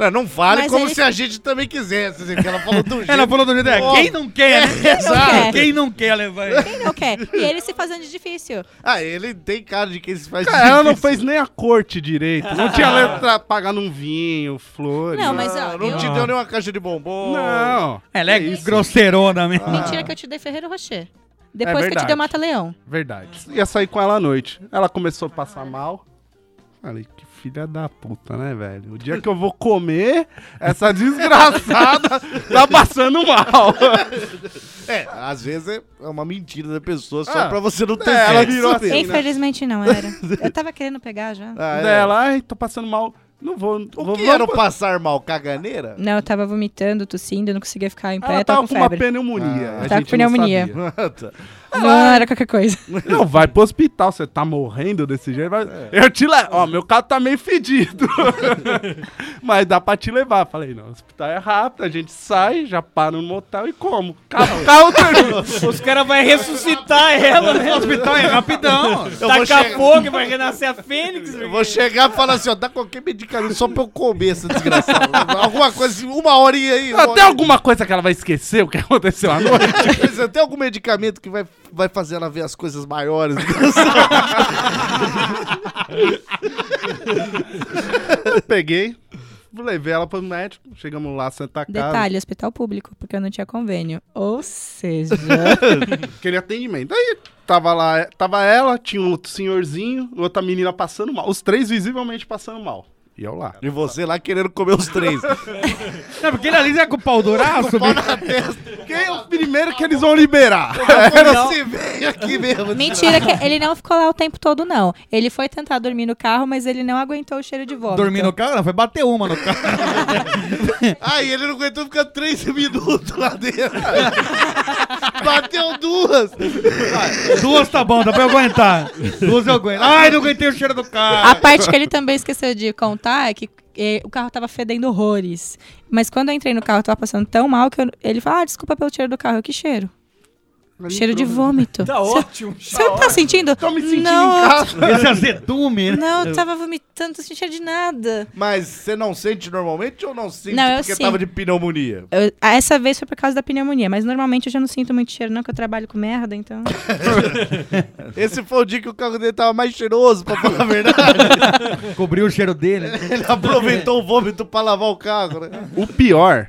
Não, Não fale
Mas
como
ele-
se a gente também quisesse. assim, que ela falou do jeito.
Ela falou do jeito dela. Quem não quer, né?
Exato.
Quem não quer levar ele?
Quem não quer? E ele se um fazendo de difícil.
Ah, ele tem cara de quem se faz
Cara, ela não fez nem a corte direito. Não tinha letra pagando um vinho, flores.
Não, mas ó,
Ah, não
eu-
te deu nenhuma caixa de bombom.
Não,
Ela é grosseirona mesmo.
Mentira que eu te dei Ferreiro Rocher. Depois que eu te
verdade.
dei o Mata Leão.
verdade. Ia sair com ela à noite. Ela começou a passar mal. Falei, que filha da puta, né, velho? O dia que eu vou comer, essa desgraçada tá passando mal.
É, às vezes é uma mentira da pessoa só
Ah,
pra você não ter
é, ela
sexo.
virou assim.
Infelizmente não era. Eu tava querendo pegar já.
Ah, é.
Dela, ai, tô passando mal. Não vou.
O
vou,
que
vou-
era o passar mal? Caganeira?
Não, eu tava vomitando, tossindo, não conseguia ficar em pé,
É,
Ela tava
tava com
Ah, tá com uma
febre.
pneumonia.
tá Ah.
a
Tá com
gente não
pneumonia.
sabia.
Tá.
Não era qualquer coisa.
Não, vai pro hospital, você tá morrendo desse jeito. vai- Eu te levo. Ó, meu carro tá meio fedido. Mas dá pra te levar. Falei, não, o hospital é rápido, a gente sai, já para no motel e como. Carro, carro termina.
Os caras vão ressuscitar ela, né?
Então é rapidão.
Tá
Eu vou,
Daqui a
chegar-
pouco vai renascer a Fênix.
eu vou chegar e falar assim, ó, dá qualquer medicamento só pra eu comer essa desgraçada. Alguma coisa assim, uma horinha aí. uma
Até
horinha.
alguma coisa que ela vai esquecer o que aconteceu à noite.
Mas Tipo, Tem algum medicamento que vai, vai fazer ela ver as coisas maiores?
Peguei, levei ela pro médico, chegamos lá, Santa Casa.
Detalhe, hospital público, porque eu não tinha convênio. Ou seja,
Queria atendimento. Aí tava lá, tava ela, tinha um outro senhorzinho, outra menina passando mal. Os três visivelmente passando mal. E eu lá.
E você lá querendo comer os três.
Não, É, porque ele ali já com o pau douraço.
Pau na testa.
Quem é o primeiro que eles vão liberar? assim,
Agora você vem aqui mesmo.
mentira que ele não ficou lá o tempo todo, não. Ele foi tentar dormir no carro, mas ele não aguentou o cheiro de vômito.
Dormir no carro? Não, foi bater uma no carro.
Aí ele não aguentou ficar três minutos lá dentro. Bateu duas.
Duas tá bom, dá pra eu aguentar. Duas eu aguento. Ai, não aguentei o cheiro do carro.
A parte que ele também esqueceu de contar é que eh, o carro tava fedendo horrores. Mas quando eu entrei no carro, eu tava passando tão mal que eu- ele falou: Ah, desculpa pelo cheiro do carro. Eu, que cheiro? Cheiro de vômito.
Tá ótimo.
Você não tá sentindo?
Tô me sentindo
não,
em casa.
Esse azedume, né?
Não, eu tava vomitando, não senti cheiro de nada.
Mas você não sente normalmente ou não sente
Não, eu
porque
sinto.
tava de pneumonia?
Eu- ah, essa vez foi por causa da pneumonia, mas normalmente eu já não sinto muito cheiro, não, que eu trabalho com merda, então.
Esse foi o dia que o carro dele tava mais cheiroso, pra falar a verdade.
Cobriu o cheiro dele.
Ele aproveitou o vômito pra lavar o carro, né?
O pior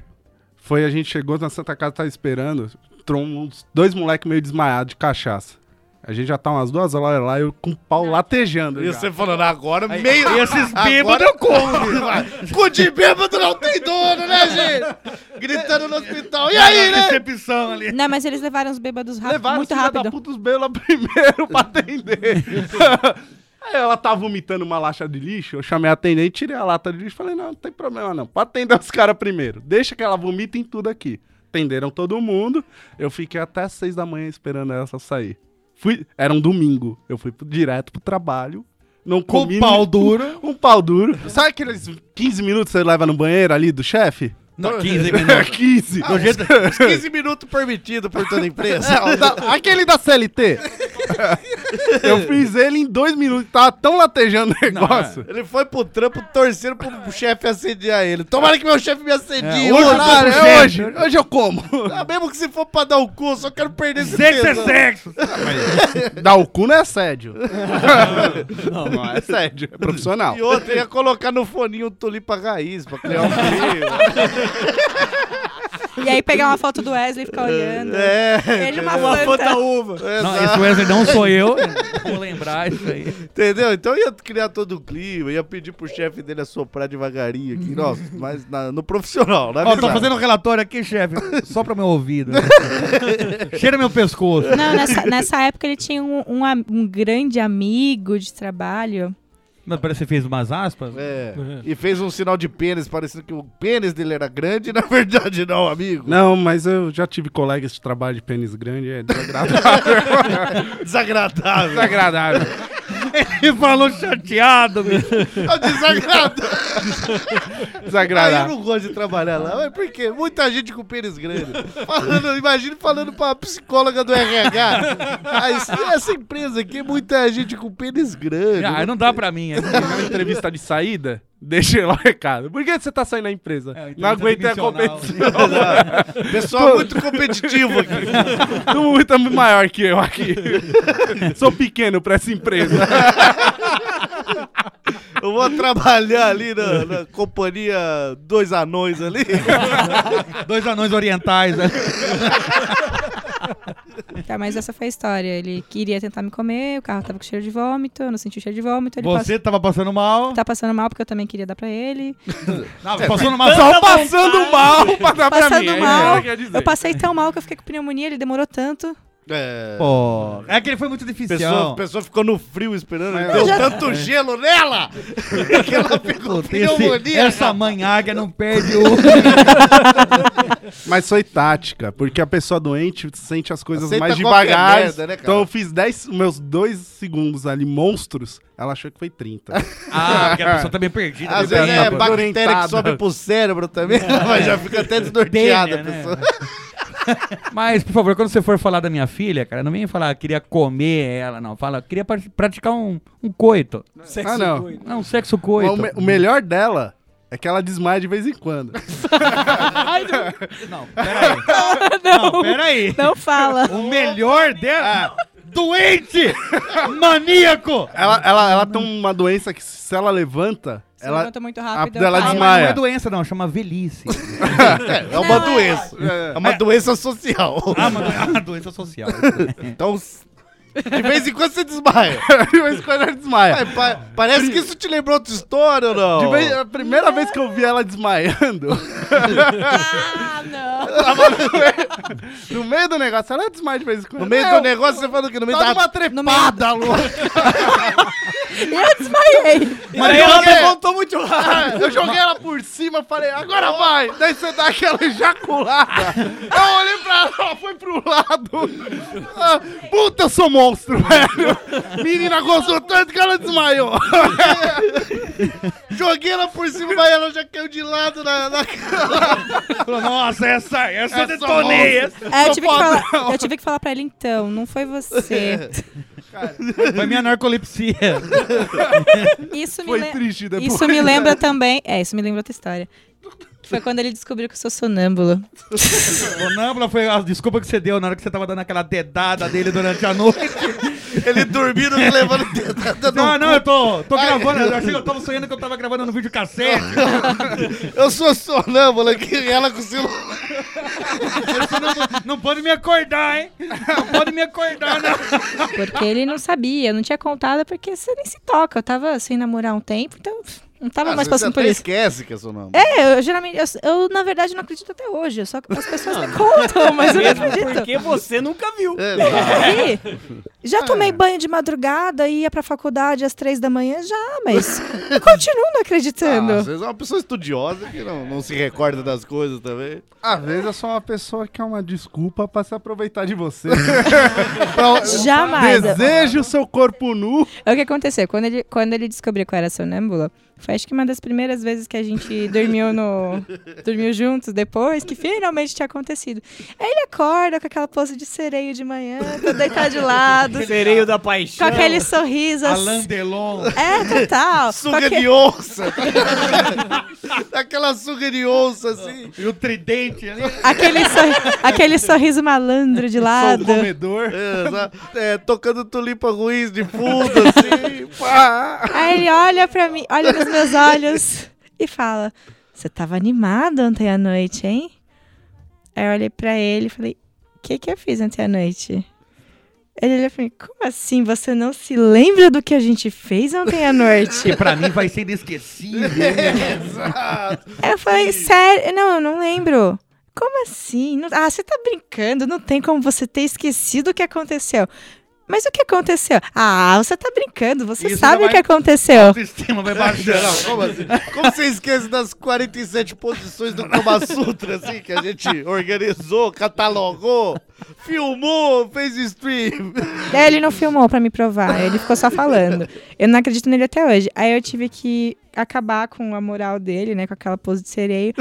foi a gente chegou na Santa Casa, tava esperando, entrou um, uns dois moleques meio desmaiados de cachaça. A gente já tá umas duas horas lá, eu com o pau latejando.
E
já.
você falando agora, meio.
E esses
Agora
bêbados
eu
eu
como? Cu de bêbado não tem dono, né, gente? Gritando no hospital. E aí, né?
Decepção ali.
não, mas eles levaram os bêbados rápido,
Levaram os
muito
filha da
rápido.
puta os belos lá primeiro pra atender. Aí ela tava vomitando uma laxa de lixo, eu chamei a atendente, tirei a lata de lixo, falei, não, não tem problema não, pode atender os caras primeiro, deixa que ela vomita em tudo aqui. Atenderam todo mundo, eu fiquei até seis da manhã esperando ela só sair. Fui, era um domingo, eu fui pro- direto pro trabalho, Não
Com
comi
pau
ni-
duro.
Um pau duro. Sabe aqueles 15 minutos que você leva no banheiro ali do chefe?
Não, 15 minutos.
15.
Do jeito-
15 minutos permitido por toda empresa.
É, o da- aquele da CLT. Eu fiz ele em dois minutos. Tava tão latejando o
é.
negócio.
Ele foi pro trampo torcendo pro chefe assediar ele. Tomara que meu chefe me
É,
assedie.
hoje eu tô
horário, é
com chefe.
hoje.
Hoje eu como.
Ah, mesmo que se for pra dar o cu, eu só quero perder esse
Sexo é
peso.
sexo.
Dar o cu não é assédio.
Não.
Não, é assédio. É profissional.
E outra, ia colocar no foninho o tulipa raiz pra criar um filho.
E aí pegar uma foto do Wesley e ficar olhando.
É,
Ele uma
Uma
planta.
fanta uva.
Não, esse Wesley não sou eu. Vou lembrar isso aí.
entendeu? Então ia criar todo o clima, ia pedir pro chefe dele assoprar devagarinho aqui. Nossa, mas na- no profissional, na
Ó, tô
verdade.
fazendo um relatório aqui, chefe. Só pra meu ouvido. Cheira meu pescoço.
Não, nessa, nessa época ele tinha um, um am- um grande amigo de trabalho.
Mas parece que você fez umas aspas.
É, e fez um sinal de pênis, parecendo que o pênis dele era grande, na verdade não, amigo.
Não, mas eu já tive colegas de trabalho de pênis grande. É desagradável.
Desagradável.
desagradável.
Ele falou chateado, bicho.
É desagradável. Ah, eu
Desagradável.
não gosto de trabalhar lá. Mas por quê? Muita gente com pênis grande. Falando, imagina falando pra psicóloga do RH. Ah, isso- essa empresa aqui, muita gente com pênis grande.
Ah, não dá pra mim. é.
Na entrevista de saída, deixei lá o recado. Por que você tá saindo da empresa?
É,
não aguentei a
intervencional.
competição.
Pessoal muito competitivo aqui.
Todo mundo tá muito maior que eu aqui. Sou pequeno pra essa empresa.
Eu vou trabalhar ali na, na companhia Dois Anões ali.
Dois anões orientais. né?
Tá, mas essa foi a história. Ele queria tentar me comer, o carro tava com cheiro de vômito, eu não senti o cheiro de vômito. Ele
Você tava passando mal.
passou- tá passando mal porque eu também queria dar pra ele.
Não,
é,
passando mal só
Só Tá passando mal pra dar pra
Tá Passando
mim. é isso que
mal.
ela quer dizer.
Eu passei tão mal que eu fiquei com pneumonia, ele demorou tanto.
É.
Pô, é que ele foi muito difícil.
Pessoa, pessoa ficou no frio esperando.
Mas
deu
já-
tanto gelo nela que ela pegou pneumonia.
essa mãe águia não perde o.
Mas foi tática, porque a pessoa doente sente as coisas
Aceita
mais
qualquer
devagar.
merda, né, cara?
então eu fiz 10, meus dois segundos ali, monstros, ela achou que foi 30.
Ah, porque a pessoa tá meio perdida.
Às
meio
vezes é
bêbada.
bactéria
orientada.
que sobe pro cérebro também,
É.
mas já fica até desnorteada
Dengue,
a
né?
pessoa.
Mas, por favor, quando você for falar da minha filha, cara, não venha falar queria comer ela, não. Fala, queria par- praticar um, um coito.
Sexo
Ah, não.
doido.
Não, um sexo
Mas
coito.
o, me- o melhor dela é que ela desmaia de vez em quando.
Não, peraí. Não, peraí.
Não fala.
O melhor
Ah.
dela. Doente! Maníaco!
Ela, ela, ela tem uma doença que se ela levanta,
Se
ela
levanta muito rápido.
a- dela
Ah,
eu-
mas não
desmaia.
é doença, não, chama velhice.
É, é uma
Não, é-
doença. É uma doença social.
ah, mas não é uma doença social.
Então, s- de vez em quando você desmaia.
de vez em quando ela desmaia.
Mas pa- parece que isso te lembrou outra história ou não?
De vez- a primeira vez que eu vi ela desmaiando,
Ah, não.
no meio do negócio, ela desmaia de vez em quando.
No meio
É,
do
eu-
negócio, você falou que no meio
Dá
da...
uma
No meio-
trepada, louca.
Eu desmaiei.
Mas ela levantou muito rápido.
Eu joguei ela por cima, falei, agora vai. Daí você dá aquela ejaculada. Eu olhei pra ela, ela foi pro lado. Ah, Puta, eu sou monstro, velho. Menina gostou tanto que ela desmaiou.
Joguei ela por cima, mas ela já caiu de lado na... na...
Falou, Nossa, essa, essa, eu
monstro.
detonei. Essa.
É, eu, tive que falar, eu tive que falar pra ele então, não foi você.
Foi minha narcolepsia.
Isso me,
Foi
le-
triste depois.
isso me lembra também. É, isso me lembra outra história. Que foi quando ele descobriu que eu sou sonâmbulo.
Sonâmbula foi a desculpa que você deu na hora que você tava dando aquela dedada dele durante a noite.
Ele dormindo, levando dedada
Não,
no...
não, eu tô, tô gravando. Eu achei que eu tava sonhando que eu tava gravando no vídeo cassete.
Eu sou sonâmbula aqui, ela com o celular.
Não pode me acordar, hein? Não pode me acordar, não.
Porque ele não sabia, eu não tinha contado, porque você nem se toca. Eu tava sem namorar um tempo, então. pff, Não tava
Ah,
Às
mais
vezes
passando
você
por
até
isso.
esquece que é seu nome.
É, eu geralmente. Eu, eu, na verdade, não acredito até hoje. Só que as pessoas
Ah.
me contam, mas eu não
Mesmo
acredito.
porque você nunca viu.
Aí,
É.
já tomei banho de madrugada, ia pra faculdade às três da manhã já, mas eu continuo não acreditando.
Ah, às vezes é uma pessoa estudiosa que não, não se recorda das coisas também.
Às vezes é só uma pessoa que é uma desculpa pra se aproveitar de você.
é um
Jamais.
Deseje o seu corpo nu.
É o que aconteceu. Quando ele, quando ele descobriu que eu era sonâmbula, foi acho que uma das primeiras vezes que a gente dormiu no. dormiu juntos depois, que finalmente tinha acontecido. Aí ele acorda com aquela pose de sereio de manhã, todo deitado de lado,
Sereio da
com
paixão.
aquele sorriso.
Alain
assim.
Delon.
É, total. Com
Suga
aque-
de onça! Aquela suga de onça assim.
E o tridente ali.
aquele, sorri- aquele sorriso malandro de lado.
Comedor.
É, sabe? É, tocando tulipa ruiz de fundo assim. Pá.
Aí ele olha pra mim, olha nos meus olhos e fala: Você tava animado ontem à noite, hein? Aí eu olhei pra ele e falei: O que, que eu fiz ontem à noite? Ele olhou pra mim: Como assim? Você não se lembra do que a gente fez ontem à noite?
Que pra mim vai ser inesquecível.
Exato.
Aí eu falei: Sério? Não, eu não lembro. Como assim? Não- Ah, você tá brincando, não tem como você ter esquecido o que aconteceu. Mas o que aconteceu? Ah, você tá brincando, você
Isso
sabe
já
o que
vai-
aconteceu.
O sistema vai baixando.
Não, como assim? Como você esquece das 47 posições do Kama Sutra, assim, que a gente organizou, catalogou, filmou, fez stream?
Daí ele não filmou pra me provar, ele ficou só falando. Eu não acredito nele até hoje. Aí eu tive que acabar com a moral dele, né, com aquela pose de sereio.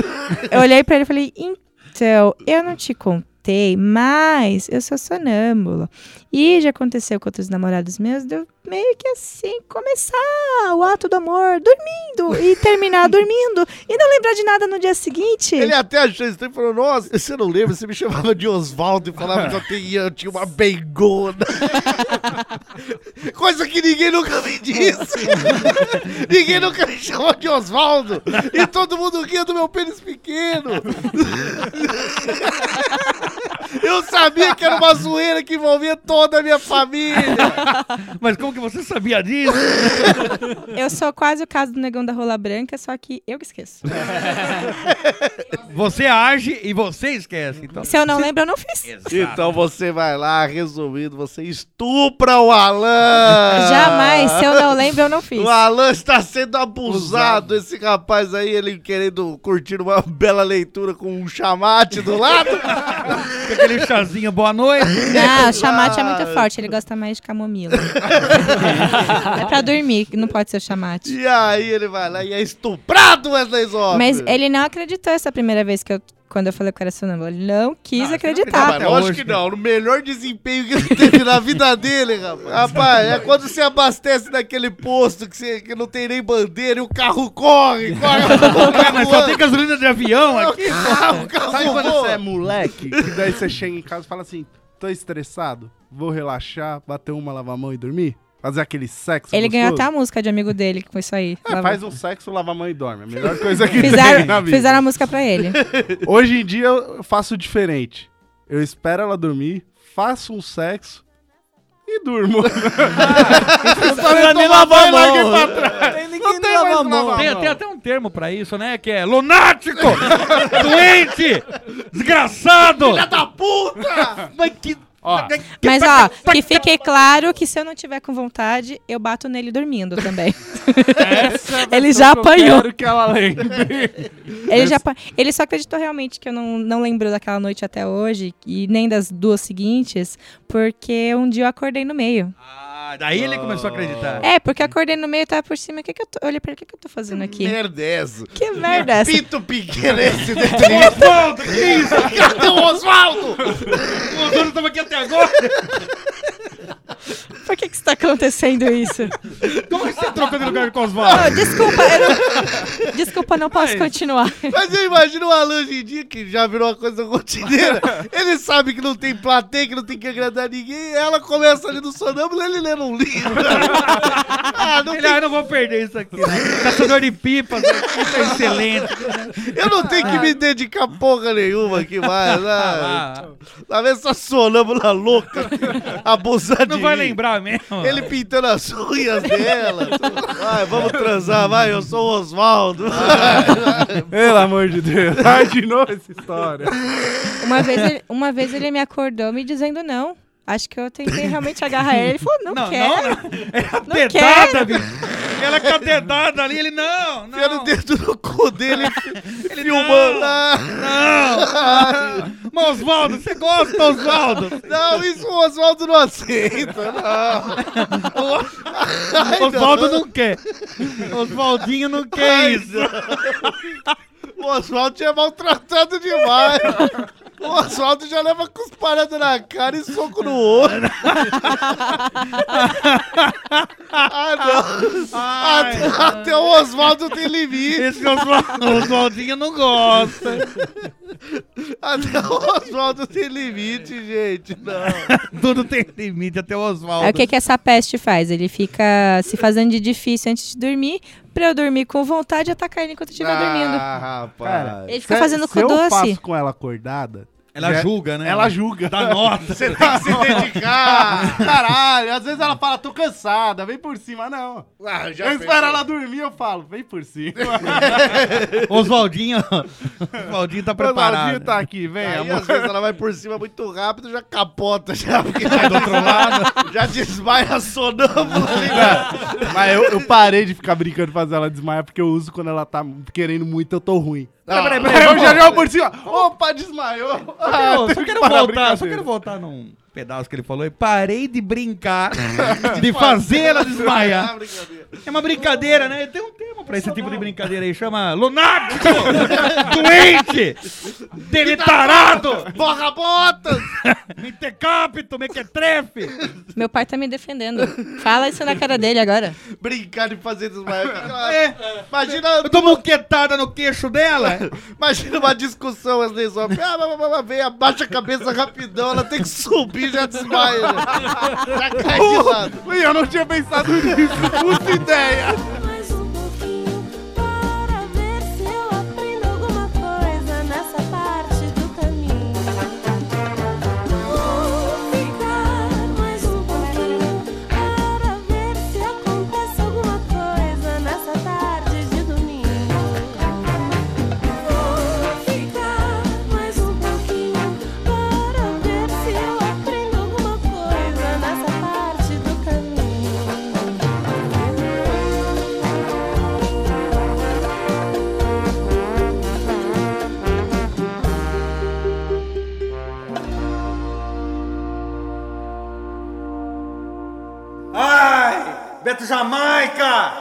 Eu olhei pra ele e falei: "Então, eu não te contei, mas eu sou sonâmbula. E já aconteceu com outros namorados meus, deu meio que assim começar o ato do amor dormindo e terminar dormindo e não lembrar de nada no dia seguinte".
Ele até achou estranho e falou: Nossa, você não lembra? Você me chamava de Oswaldo e falava que eu tinha, eu tinha uma bengona. Coisa que ninguém nunca me disse. ninguém nunca me chamou de Oswaldo. E todo mundo ria do meu pênis pequeno. eu sabia que era uma zoeira que envolvia toda a minha família.
Mas como que você sabia disso?
Eu sou quase o caso do negão da rola branca, só que eu que esqueço.
Você age e você esquece. Então,
Se eu não lembro, eu não fiz.
Então você vai lá, resumindo, você estupra o Alan.
Jamais,
Ah.
se eu não lembro, eu não fiz.
O Alan está sendo abusado. Esse rapaz aí, ele querendo curtir uma bela leitura com um chamate do lado.
com aquele chazinho, boa noite.
Não, chamate é muito forte, ele gosta mais de camomila. é pra dormir, não pode ser o chamate.
e aí ele vai lá e é estuprado, Wesley Zop.
Mas é ele não acreditou essa primeira vez que eu, quando eu falei que eu era sonâmbula. Ele não quis
Ah,
acreditar.
mas lógico que não. O melhor desempenho que ele teve na vida dele, rapaz. Rapaz, é quando você abastece naquele posto que, você- que não tem nem bandeira e o carro corre, corre. o
Ué,
carro
mas só tem
anda.
gasolina de avião aqui.
Ah, o carro
Sabe quando
voa.
você é moleque? Que daí você chega em casa e fala assim: tô estressado, vou relaxar, bater uma, lavar a mão e dormir? Fazer aquele sexo.
Ele ganhou até
é gostoso?
a música de amigo dele com isso aí.
É, faz né, um sexo, lava a mão e dorme. A melhor coisa que tem na
Fizeram,
vida.
fizeram a música pra ele.
Hoje em dia eu faço diferente. Eu espero ela dormir, faço um sexo e durmo.
Pra nem lavar a mão. Tem
Não
ninguém
tem
lavar a
mais
mão.
lavar.
Tem, tem até um termo pra isso, né? Que é lunático, doente, desgraçado.
Filha da puta!
Mas que...
Ó,
Mas, ó, que fique claro que se eu não tiver com vontade, eu bato nele dormindo também. ele já apanhou.
Quero que ela lembre.
Ele, já, pa- ele só acreditou realmente que eu não, não lembro daquela noite até hoje, e nem das duas seguintes, porque um dia eu acordei no meio.
Ah, daí ele começou a acreditar.
É, porque eu acordei no meio e tava por cima. O que que eu tô, eu olhei pra ele, o que, que eu tô fazendo aqui?
Merda é essa?
Que merda é essa?
Pito pequeno esse dentro
Oswaldo, que isso?
Cadê o Oswaldo?
O Oswaldo tava aqui até agora.
Por que que está acontecendo isso?
Como que você trocou de lugar com o Oswaldo?
Ô, desculpa, eu não... Desculpa, não posso continuar.
Mas eu imagino o Alan hoje em dia, que já virou uma coisa rotineira. Ele sabe que não tem plateia, que não tem que agradar ninguém. Ela começa ali no sonâmbulo, ele lendo um livro. ah, não
Ele, ah, eu não vou perder isso aqui. né? Caçador de pipas, isso é excelente.
tem- eu não tenho que me dedicar porra nenhuma aqui mais. Né?
Ah,
Lá vem essa sonâmbula louca, abusada
não vai lembrar mesmo.
Ele pintando as unhas dela. Vai, vamos transar, vai, eu sou o Oswaldo.
Pelo amor de Deus. Ai, de novo essa história.
Uma vez, ele, uma vez ele me acordou me dizendo não. Acho que eu tentei realmente agarrar ele. Ele falou, não,
Não,
quero.
não.
Não
É a dedada,
quero.
bicho. Ela com a dedada ali, ele não, não.
Enfiando o dedo no cu dele,
ele
filmando.
Não, não. Mas, Osvaldo, você gosta, Osvaldo?
Não, isso o Oswaldo não aceita, não. Ai,
Osvaldo não quer. Osvaldinho Então, não quer isso.
O Oswaldo tinha maltratado demais. O Oswaldo já leva cusparada na cara e soco no olho. ah, não. Até, até o Oswaldo tem limite.
Esse Osvaldo, Osvaldinho não gosta.
Até o Oswaldo tem limite, gente. Não.
Tudo tem limite, até o Osvaldo.
Aí o que, que essa peste faz? Ele fica se fazendo de difícil antes de dormir, pra eu dormir com vontade e atacar ele enquanto eu estiver dormindo.
Ah, rapaz.
Ele fica
Se-
fazendo
se
cu
eu
doce.
passo com ela acordada,
Ela
Já-
julga, né?
ela julga.
Dá nota.
Você tem que se dedicar. Caralho, às vezes ela fala, tô cansada, vem por cima. Não.
Ah, já
eu
fez.
espero ela dormir, eu falo, vem por cima.
Osvaldinho, Osvaldinho tá
Preparadinho
preparado.
tá aqui, vem,
Aí,
amor.
às vezes ela vai por cima muito rápido, já capota, já, porque já do outro lado, já desmaia a sonâmbula ali. né?
Mas eu, eu parei de ficar brincando fazer ela desmaiar, porque eu uso quando ela tá querendo muito, eu tô ruim.
peraí,
Aí eu já jogo por cima. Opa, desmaiou. Ah,
Ô,
teve
só
que
quero
parar a
voltar, só
brincadeira.
quero voltar num pedaço que ele falou. e Parei de brincar, de fazer ela desmaiar. É uma brincadeira, né? Tem um tema pra esse tipo de brincadeira aí. Chama lunático, doente,
Tá
delitarado,
Porra, botas!
mentecapto, mequetrefe.
Meu pai tá me defendendo. Fala isso na cara dele agora.
Brincar de fazer desmaiar.
É,
Imagina,
eu dou moquetada no queixo dela.
imagina uma discussão, as leis homens. Ah, mas, mas, mas, vem, abaixa a cabeça rapidão, ela tem que subir, já desmaia. Já, já cai de lado.
Ih, Eu não tinha pensado nisso. Puta ideia.
Mais um pouquinho para ver se eu aprendo alguma coisa nessa parte do caminho. Vou ficar mais um pouquinho para ver se acontece alguma coisa nessa tarde de domingo. Vou ficar mais um pouquinho para ver se eu aprendo alguma coisa nessa parte do caminho.
Ai, Beto Jamaica.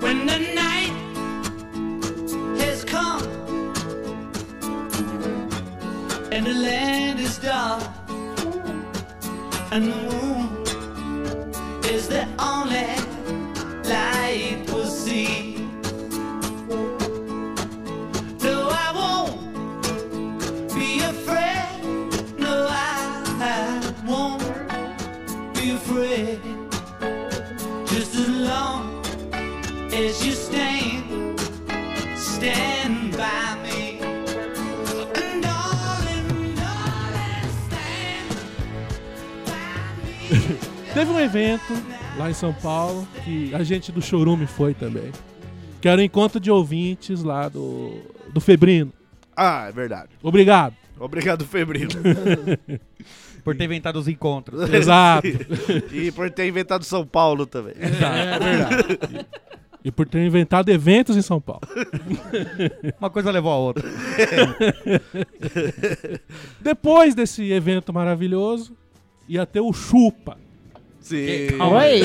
When the night has come and the land is dark and the moon is the only light we'll see. No, I won't be afraid. No, I, I won't be afraid. Just as long as you stand, stand by me. And darling, darling, stand by me.
Teve um evento lá em São Paulo que a gente do Chorume foi também. Que era o encontro de ouvintes lá do, do Febrino.
Ah, é verdade.
Obrigado.
Obrigado, Febril.
Por ter inventado os encontros.
Exato.
E por ter inventado São Paulo também.
É verdade. E por ter inventado eventos em São Paulo.
Uma coisa levou a outra.
Depois desse evento maravilhoso, ia ter o Chupa.
Sim.
Oi?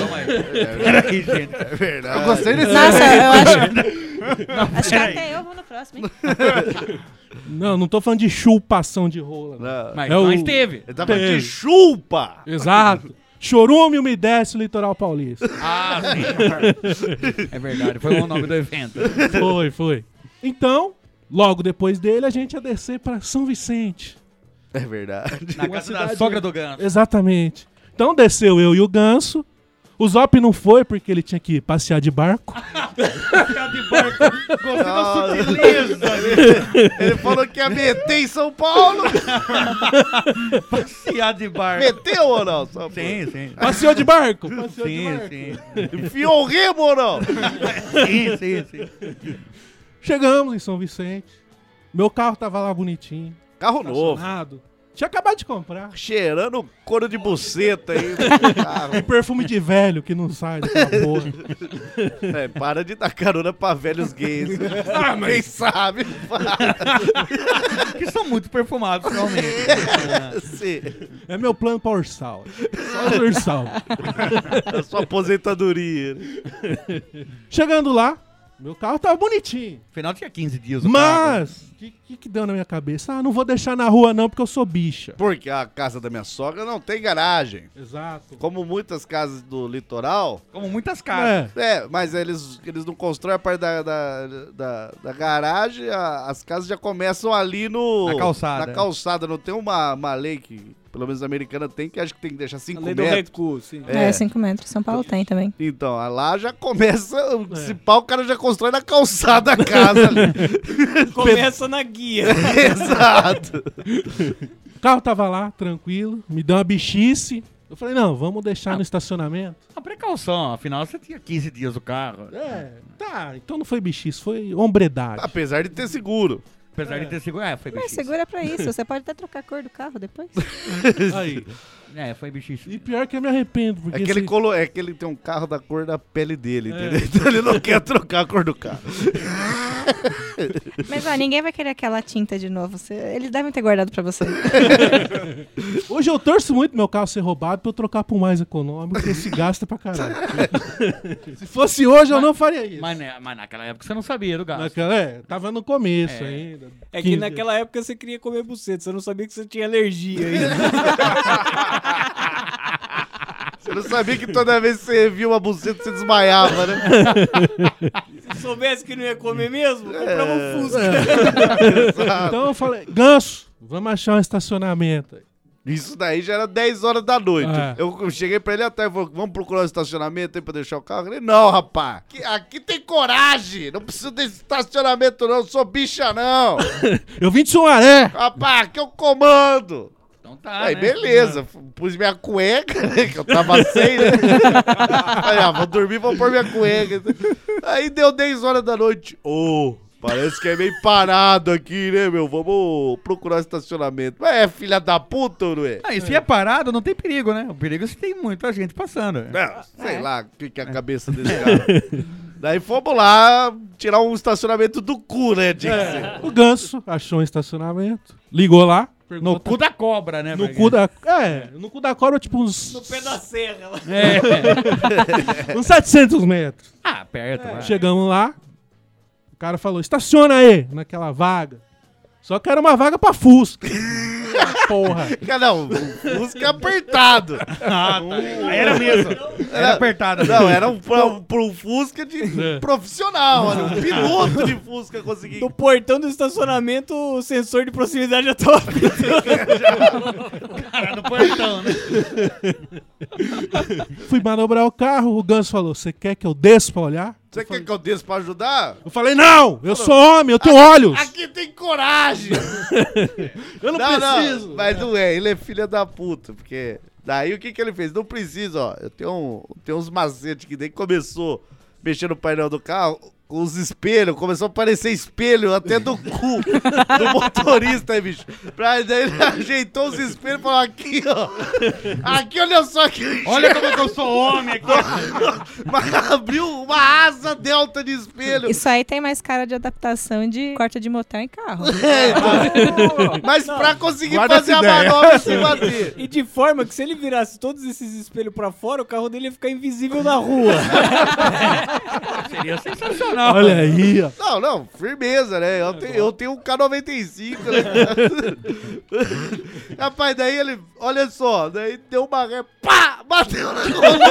Peraí, gente.
É verdade.
Eu gostei desse
Nossa, eu acho. acho que até eu vou no próximo, hein?
Não, não tô falando de chupação de rola. não.
Não.
Mas,
É o-
mas teve.
Ele tava Tá de
Teve.
chupa!
Exato. Chorume, umidece o litoral paulista.
Ah, sim. é verdade, foi o nome do evento.
Foi, foi. Então, logo depois dele, a gente ia descer pra São Vicente.
É verdade.
Na casa da sogra do Ganso.
Exatamente. Então desceu eu e o Ganso. O Zop não foi porque ele tinha que passear de barco.
Ele falou que ia meter em São Paulo.
Passear de barco.
Meteu ou não? Só-
Sim, sim.
Passeou de barco?
Sim, sim.
Enfiou o remo ou não?
Sim, sim, sim.
Chegamos em São Vicente. Meu carro tava lá bonitinho.
Carro novo.
Estacionado. Tinha acabado de comprar.
Cheirando couro de buceta aí.
Um perfume de velho que não sai daquela porra.
É, para de dar carona pra velhos gays. Quem sabe? Para.
Que são muito perfumados, realmente.
Sim.
É meu plano pra Ursal. Só Ursal.
A sua aposentadoria. né?
Chegando lá, meu carro tava bonitinho.
Afinal, tinha 15 dias. o carro.
Mas, o que, que, que deu na minha cabeça? Ah, não vou deixar na rua não, porque eu sou bicha.
Porque a casa da minha sogra não tem garagem.
Exato.
Como muitas casas do litoral.
Como muitas casas.
É,
É, mas eles, eles não constroem a parte da, da, da, da garagem, a- as casas já começam ali no.
Na calçada.
é.
Na calçada. Não tem uma, uma lei que, pelo menos a americana tem, que acho que tem que deixar
A
5
lei do
metros.
recurso, sim.
É, 5 metros. São Paulo tem também.
Então, a lá já começa.
É.
Se pá, o cara já constrói na calçada a casa ali.
Começa na guia.
Exato.
o carro tava lá, tranquilo. Me deu uma bichice. Eu falei, não, vamos
Ah.
deixar no estacionamento.
Uma precaução, afinal, você tinha 15 dias o carro.
É, tá. Então não foi bichice, foi hombredade.
Apesar de ter seguro.
Apesar de ter seguro. É, foi
Mas
bichice.
segura pra isso. Você pode até trocar a cor do carro depois.
Aí.
É, foi
E
bichice.
pior que eu me arrependo,
É
porque... assim,
que, ele
se-
colo... é que ele tem um carro da cor da pele dele,
É.
entendeu? Então ele não quer trocar a cor do carro.
Mas ó, ninguém vai querer aquela tinta de novo. Você- Eles devem ter guardado pra você.
Hoje eu torço muito meu carro ser roubado pra eu trocar por um mais econômico, porque se gasta pra caralho. se fosse hoje, eu não faria isso.
Mas, né, mas naquela época você não sabia do gasto.
Naquela, é, tava no começo
É.
ainda.
É
15.
que naquela época você queria comer buceta, você não sabia que você tinha alergia ainda.
Você não sabia que toda vez que você via uma buceta, você desmaiava, né?
Se soubesse que não ia comer mesmo, comprava um Fusca.
Então eu falei, Ganso, vamos achar um estacionamento. aí."
Isso daí já era 10 horas da noite.
Ah.
Eu eu cheguei pra ele até e falei, vamos procurar um estacionamento aí pra deixar o carro? Ele, não, rapaz. Aqui, aqui tem coragem. Não preciso desse estacionamento, não. Eu sou bicha, não.
Eu vim de Sumaré!
rapaz, aqui eu comando.
Então tá.
aí,
né?
Ah.
beleza. F- Pus minha cueca, né, que eu tava sem, né? aí, ah, vou dormir, vou pôr minha cueca. Aí deu 10 horas da noite. Ô... Parece que é meio parado aqui, né, meu? Vamos procurar estacionamento. Mas é filha da puta ou não é?
Ah, e se é parado, não tem perigo, né? O perigo é se tem muita gente passando.
Não, sei lá o que, que é a cabeça desse cara. Daí fomos lá tirar um estacionamento do cu, né, Dixon?
O Ganso achou um estacionamento, ligou lá,
No
no,
cu da cobra, né?
no cu da. É, no cu da cobra, tipo uns.
No pé da serra. lá.
É.
uns 700 metros.
Ah, perto. vai.
Chegamos lá, o cara falou: estaciona aí, naquela vaga. Só que era uma vaga pra Fusca. Porra.
Cara, Não, o Fusca é apertado.
Ah, tá. Aí Era mesmo. Era apertado.
Não, era um, pra, um- pra um Fusca de profissional, era um piloto de Fusca conseguir.
No portão do estacionamento, o sensor de proximidade já tava apitando.
Era no portão, né?
Fui manobrar o carro, o Ganso falou: você quer que eu desça pra olhar?
Você quer que eu desça pra ajudar?
Eu falei, não! Eu sou homem, eu tenho olhos!
Aqui tem coragem!
Eu não,
Não,
preciso!
não, mas não é, ele é filha da puta, porque. Daí o que que ele fez? Não precisa, ó. Eu tenho, um, tenho uns macetes que nem começou mexendo no painel do carro, os espelhos, começou a aparecer espelho até do cu do motorista, hein, bicho. Pra, daí ele ajeitou os espelhos e falou: aqui, ó. Aqui, olha só aqui.
Olha como que eu sou homem aqui.
Mas abriu uma asa delta de espelho.
Isso aí tem mais cara de adaptação de corte de motel em carro.
É, então. Mas pra conseguir
Guarda
fazer a
essa ideia.
manobra sem bater.
E de forma que se ele virasse todos esses espelhos pra fora, o carro dele ia ficar invisível na rua.
Seria sensacional.
Olha aí, ó.
Não, não, firmeza, né? Eu, tenho, eu tenho um K95, né? Rapaz, daí ele, olha só, daí deu uma ré, pá, bateu na coluna.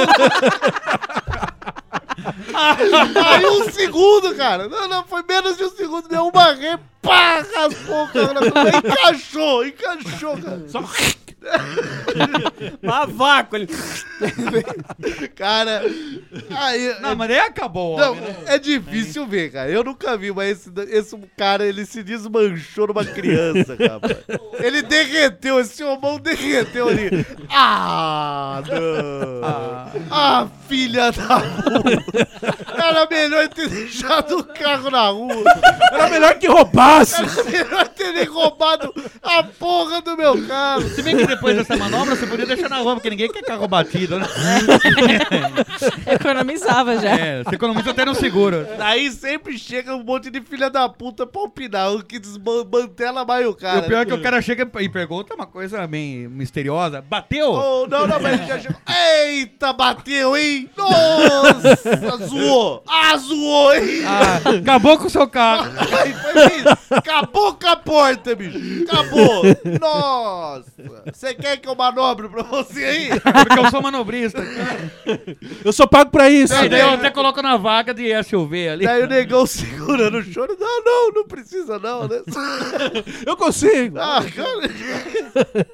Aí um segundo, cara. Não, não, foi menos de um segundo, deu uma ré, pá, raspou o carro na coluna. Encaixou, encaixou, cara.
Só
Mas vácuo. Ele...
Cara, aí...
Não, Ah, mas nem acabou o
Não,
homem, né?
é difícil ver, cara. Eu nunca vi, mas esse, esse cara, ele se desmanchou numa criança, rapaz. Ele derreteu, esse homão derreteu ali. Ah, não. Ah, filha da puta. Era melhor ter deixado o carro na rua.
era melhor que roubasse.
Era melhor terem roubado a porra do meu carro.
Se bem que depois dessa manobra, você podia deixar na rua, porque ninguém quer carro batido, né?
Economizava já.
É, você economiza até no seguro.
Daí sempre chega um monte de filha da puta pra opinar, o que desmantela mais o
E
cara.
o pior é que o cara chega e pergunta uma coisa bem misteriosa. Bateu?
Oh, não, não, mas ele já chegou. Eita, bateu, hein? Nossa, zoou. Ah, zoou, hein?
Ah, acabou com o seu carro.
Ai, foi isso. Acabou com a porta, bicho. Acabou. Nossa. Você quer que eu manobre pra você
É
aí?
Porque eu sou manobrista.
Eu sou pago pra isso.
E daí eu até coloco na vaga de SUV ali.
Daí o negão segurando o choro. Não, não, não precisa não, né?
Eu consigo.
Ah, cara.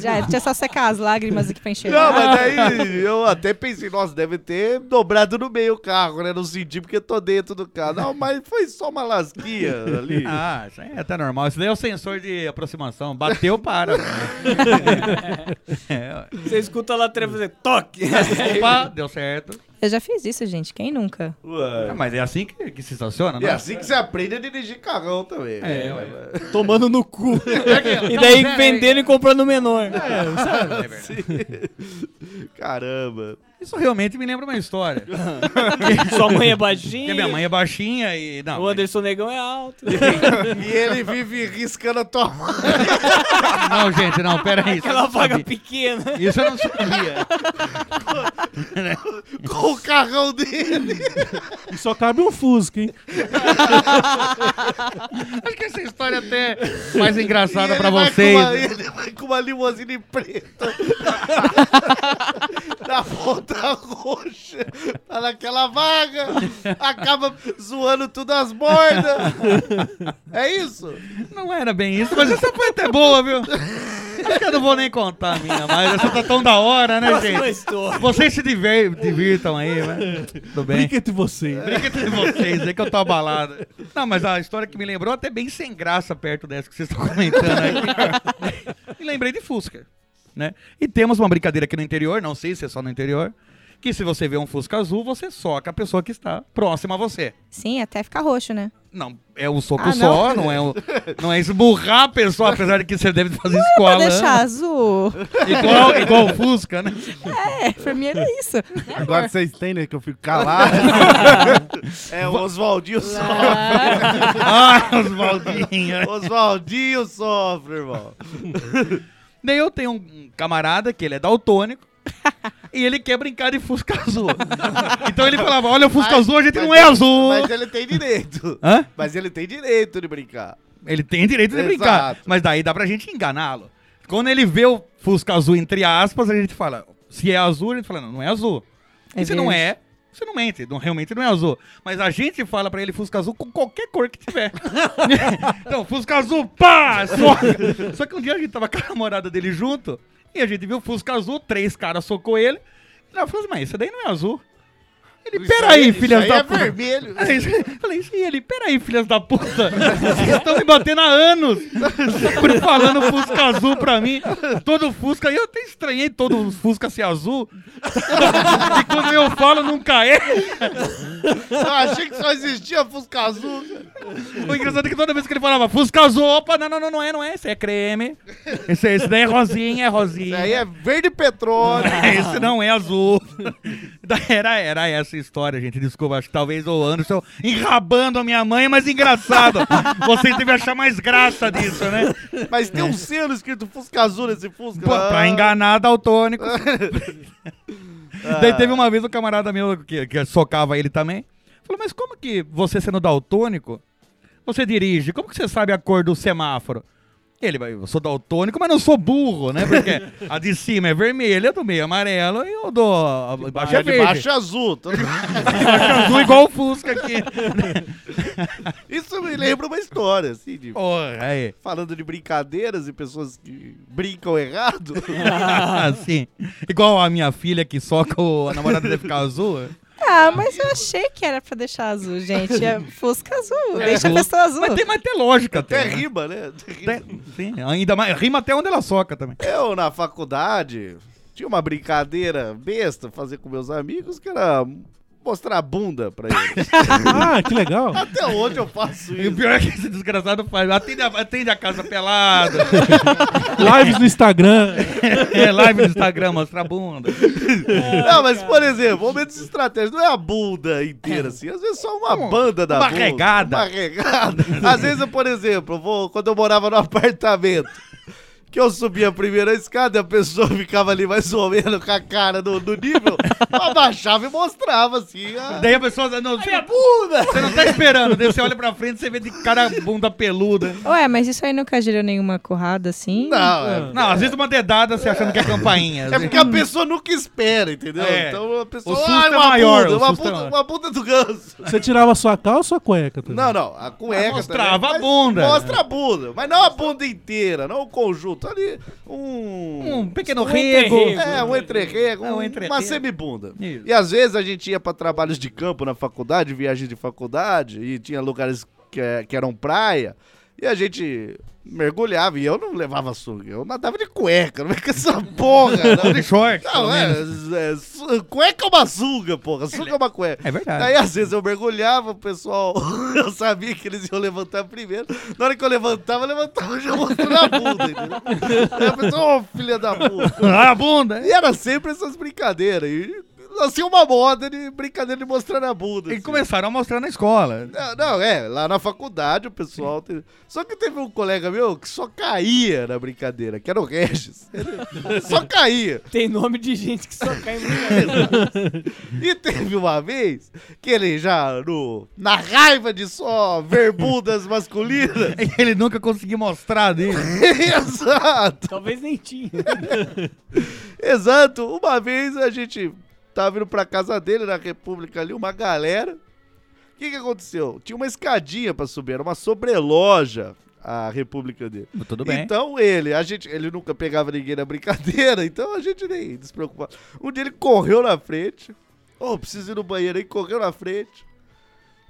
Já é, tinha só secar as lágrimas aqui pra
Não,
enxergar.
mas daí eu até pensei, nossa, deve ter dobrado no meio o carro, né? Não senti porque tô dentro do carro. Não, mas foi só uma lasquinha ali.
Ah, isso aí é até normal. Isso daí é o sensor de aproximação. Bateu, para. É,
Você escuta lá atrás fazer toque.
opa, deu certo.
Eu já fiz isso, gente. Quem nunca?
É, mas é assim que, que se estaciona,
E
né?
é assim que você aprende a dirigir carrão também. né? Mas-
Tomando no cu. E daí vendendo e comprando menor.
Caramba.
Isso realmente me lembra uma história.
Sua mãe é
Porque
baixinha.
minha mãe é baixinha e... Não,
O Anderson Negão é alto.
E ele vive riscando a tua mão.
não gente, não, pera aí.
Aquela vaga
vaga
pequena.
Isso eu não sabia.
com o carrão dele.
E só cabe um Fusca, hein?
Acho que essa história até é mais
E
engraçada
ele
pra
vai
vocês.
com uma- ele vai com uma limusine preta. na ponta roxa. Tá naquela vaga. Acaba zoando tudo as bordas. É isso?
Não era bem isso, mas essa foi até boa, viu? Acho que eu não vou nem contar a minha, mas essa tá tão da hora, né,
Uma
gente?
história.
Vocês se diver- divirtam aí, né? Tudo bem?
Brinca entre vocês.
Brinca entre vocês, é que eu tô abalado. Não, mas a história que me lembrou é até bem sem graça perto dessa que vocês estão comentando aí. me lembrei de Fusca, né? E temos uma brincadeira aqui no interior, não sei se é só no interior, que se você vê um Fusca azul, você soca a pessoa que está próxima a você.
Sim, até ficar roxo, né?
Não, é um soco
Ah, não?
só, não é, um, não é esburrar a pessoa, apesar de que você deve
é
fazer isso com a
Pra deixar
lã.
azul.
Igual, igual o Fusca, né?
É, pra mim era isso.
Agora vocês entendem que eu fico calado.
É o Oswaldinho sofre.
Ah,
Ai, Oswaldinho.
Oswaldinho sofre, irmão.
Daí eu tenho um camarada que ele é daltônico. E ele quer brincar de Fusca Azul. então ele falava: Olha, o Fusca
Mas-
Azul a gente
mas
não é
ele-
azul.
Mas ele tem direito.
Hã?
Mas ele tem direito de brincar.
Ele tem direito de brincar.
Exato.
Mas daí dá pra gente enganá-lo. Quando ele vê o Fusca Azul, entre aspas, a gente fala: Se é azul, a gente fala: Não, não é azul.
É
e se não
verde.
é, você não mente. Não, realmente não é azul. Mas a gente fala pra ele Fusca Azul com qualquer cor que tiver. então, Fusca Azul, pá! Soca. Só que um dia a gente tava com a namorada dele junto e a gente viu o Fusca Azul, três caras socou ele. E ela falou assim: Mas isso daí não é azul. Ele, peraí, filhas
Aí
da
é
puta.
vermelho.
É isso. Falei isso. E ele, peraí, filhas da puta. Vocês estão me batendo há anos. Sempre falando Fusca azul pra mim. Todo Fusca. E eu até estranhei todo Fusca ser azul. E quando eu falo, nunca é.
Eu achei que só existia Fusca Azul.
O engraçado é que toda vez que ele falava Fusca azul, opa, não, não, não, não é, não é. Esse é creme. Esse, esse daí é rosinha, é rosinha.
Aí é verde petróleo.
Esse não é azul. Da- Era, era essa história, gente. Desculpa, acho que talvez o Anderson enrabando a minha mãe, mas engraçado. Vocês devem achar mais graça disso, né?
Mas tem um selo escrito Fusca Azul nesse Fusca.
Pô, pra enganar daltônico. Daí teve uma vez um camarada meu que, que socava ele também. Falou, mas como que você sendo daltônico, você dirige? Como que você sabe a cor do semáforo? Ele vai, eu sou daltônico, mas não sou burro, né? Porque a de cima é vermelha, a do meio é amarelo e eu dou a a embaixo é
É de
verde.
baixo é azul. Tô-
azul igual o Fusca aqui.
Isso me lembra uma história, assim, de-
Porra, aí.
falando de brincadeiras e pessoas que brincam errado.
assim. Igual a minha filha que soca o, a namorada deve ficar azul.
Ah, mas eu achei que era pra deixar azul, gente. É Fusca azul. Deixa a pessoa azul.
Mas tem mais ter lógica até.
Até
né?
rima, né? Até rima.
Tem- sim, ainda mais. Rima até onde ela soca também.
Eu, na faculdade, tinha uma brincadeira besta fazer com meus amigos que era mostrar a bunda pra eles.
Ah, que legal.
Até hoje eu faço
E o
isso.
pior é que esse desgraçado faz. Atende a, atende a casa pelada.
Lives no Instagram.
É, live no Instagram, mostra a
Tá
bunda.
Não, mas, por exemplo, momentos estratégicos. Não é a bunda inteira, assim. Às vezes só uma banda da
uma
bunda.
regada.
Uma regada. Às vezes, eu, por exemplo, eu vou, quando eu morava no apartamento, que eu subia a primeira escada, a pessoa ficava ali mais ou menos com a cara no, no nível, eu abaixava e mostrava, assim, a...
Daí a pessoa. Não, você, bunda! Você não tá esperando. Daí você olha pra frente você vê de cara bunda peluda.
Ué, mas isso aí nunca gerou nenhuma currada assim?
Não, é
Não, às vezes uma dedada você achando que é campainha.
É
assim.
porque a pessoa nunca espera, entendeu?
É.
Então a pessoa.
O susto
Ah,
é
uma
maior,
bunda,
o
uma,
susto é
bunda
maior."
uma bunda do ganso.
Você tirava sua calça ou sua cueca também?
Não, não. A cueca.
Ah, Mostrava
também,
a
mas
bunda.
Mostra a bunda. Mas não a bunda inteira, não o conjunto. Ali, um.
Um pequeno
Um
rego.
enterrego.
É, um entrerrego,
É, um
um-
entrerrego.
uma semibunda.
Isso.
E às vezes a gente ia pra trabalhos de campo na faculdade, viagens de faculdade, e tinha lugares que, é- que eram praia, e a gente mergulhava, e eu não levava açúcar, eu nadava de cueca, não é com essa porra, não,
De short. pelo
Não, é,
menos.
é, su- Cueca é uma sunga, porra. Sunga é uma cueca.
É verdade.
Aí às vezes eu mergulhava, o pessoal. Eu sabia que eles iam levantar primeiro. Na hora que eu levantava, eu levantava já mostrando a bunda, entendeu? Aí a pessoa, ô filha da puta.
Ah, a bunda.
E era sempre essas brincadeiras. E assim, uma moda de brincadeira de mostrar a bunda.
E é?
assim.
começaram a mostrar na escola.
Não, não, é, lá na faculdade o pessoal. teve- Só que teve um colega meu que só caía na brincadeira, que era o Regis. Ele só caía.
Tem nome de gente que só cai no
E teve uma vez que ele já, no, na raiva de só ver bundas masculinas.
Ele nunca conseguiu mostrar dele.
exato,
Talvez nem tinha.
exato. Uma vez a gente tava indo pra casa dele na República ali, uma galera. O que que aconteceu? Tinha uma escadinha pra subir, era uma sobreloja a República dele.
Tudo bem.
Então ele, a gente, ele nunca pegava ninguém na brincadeira, então a gente nem despreocupava. Um dia ele correu na frente. Ô, preciso ir no banheiro aí, correu na frente.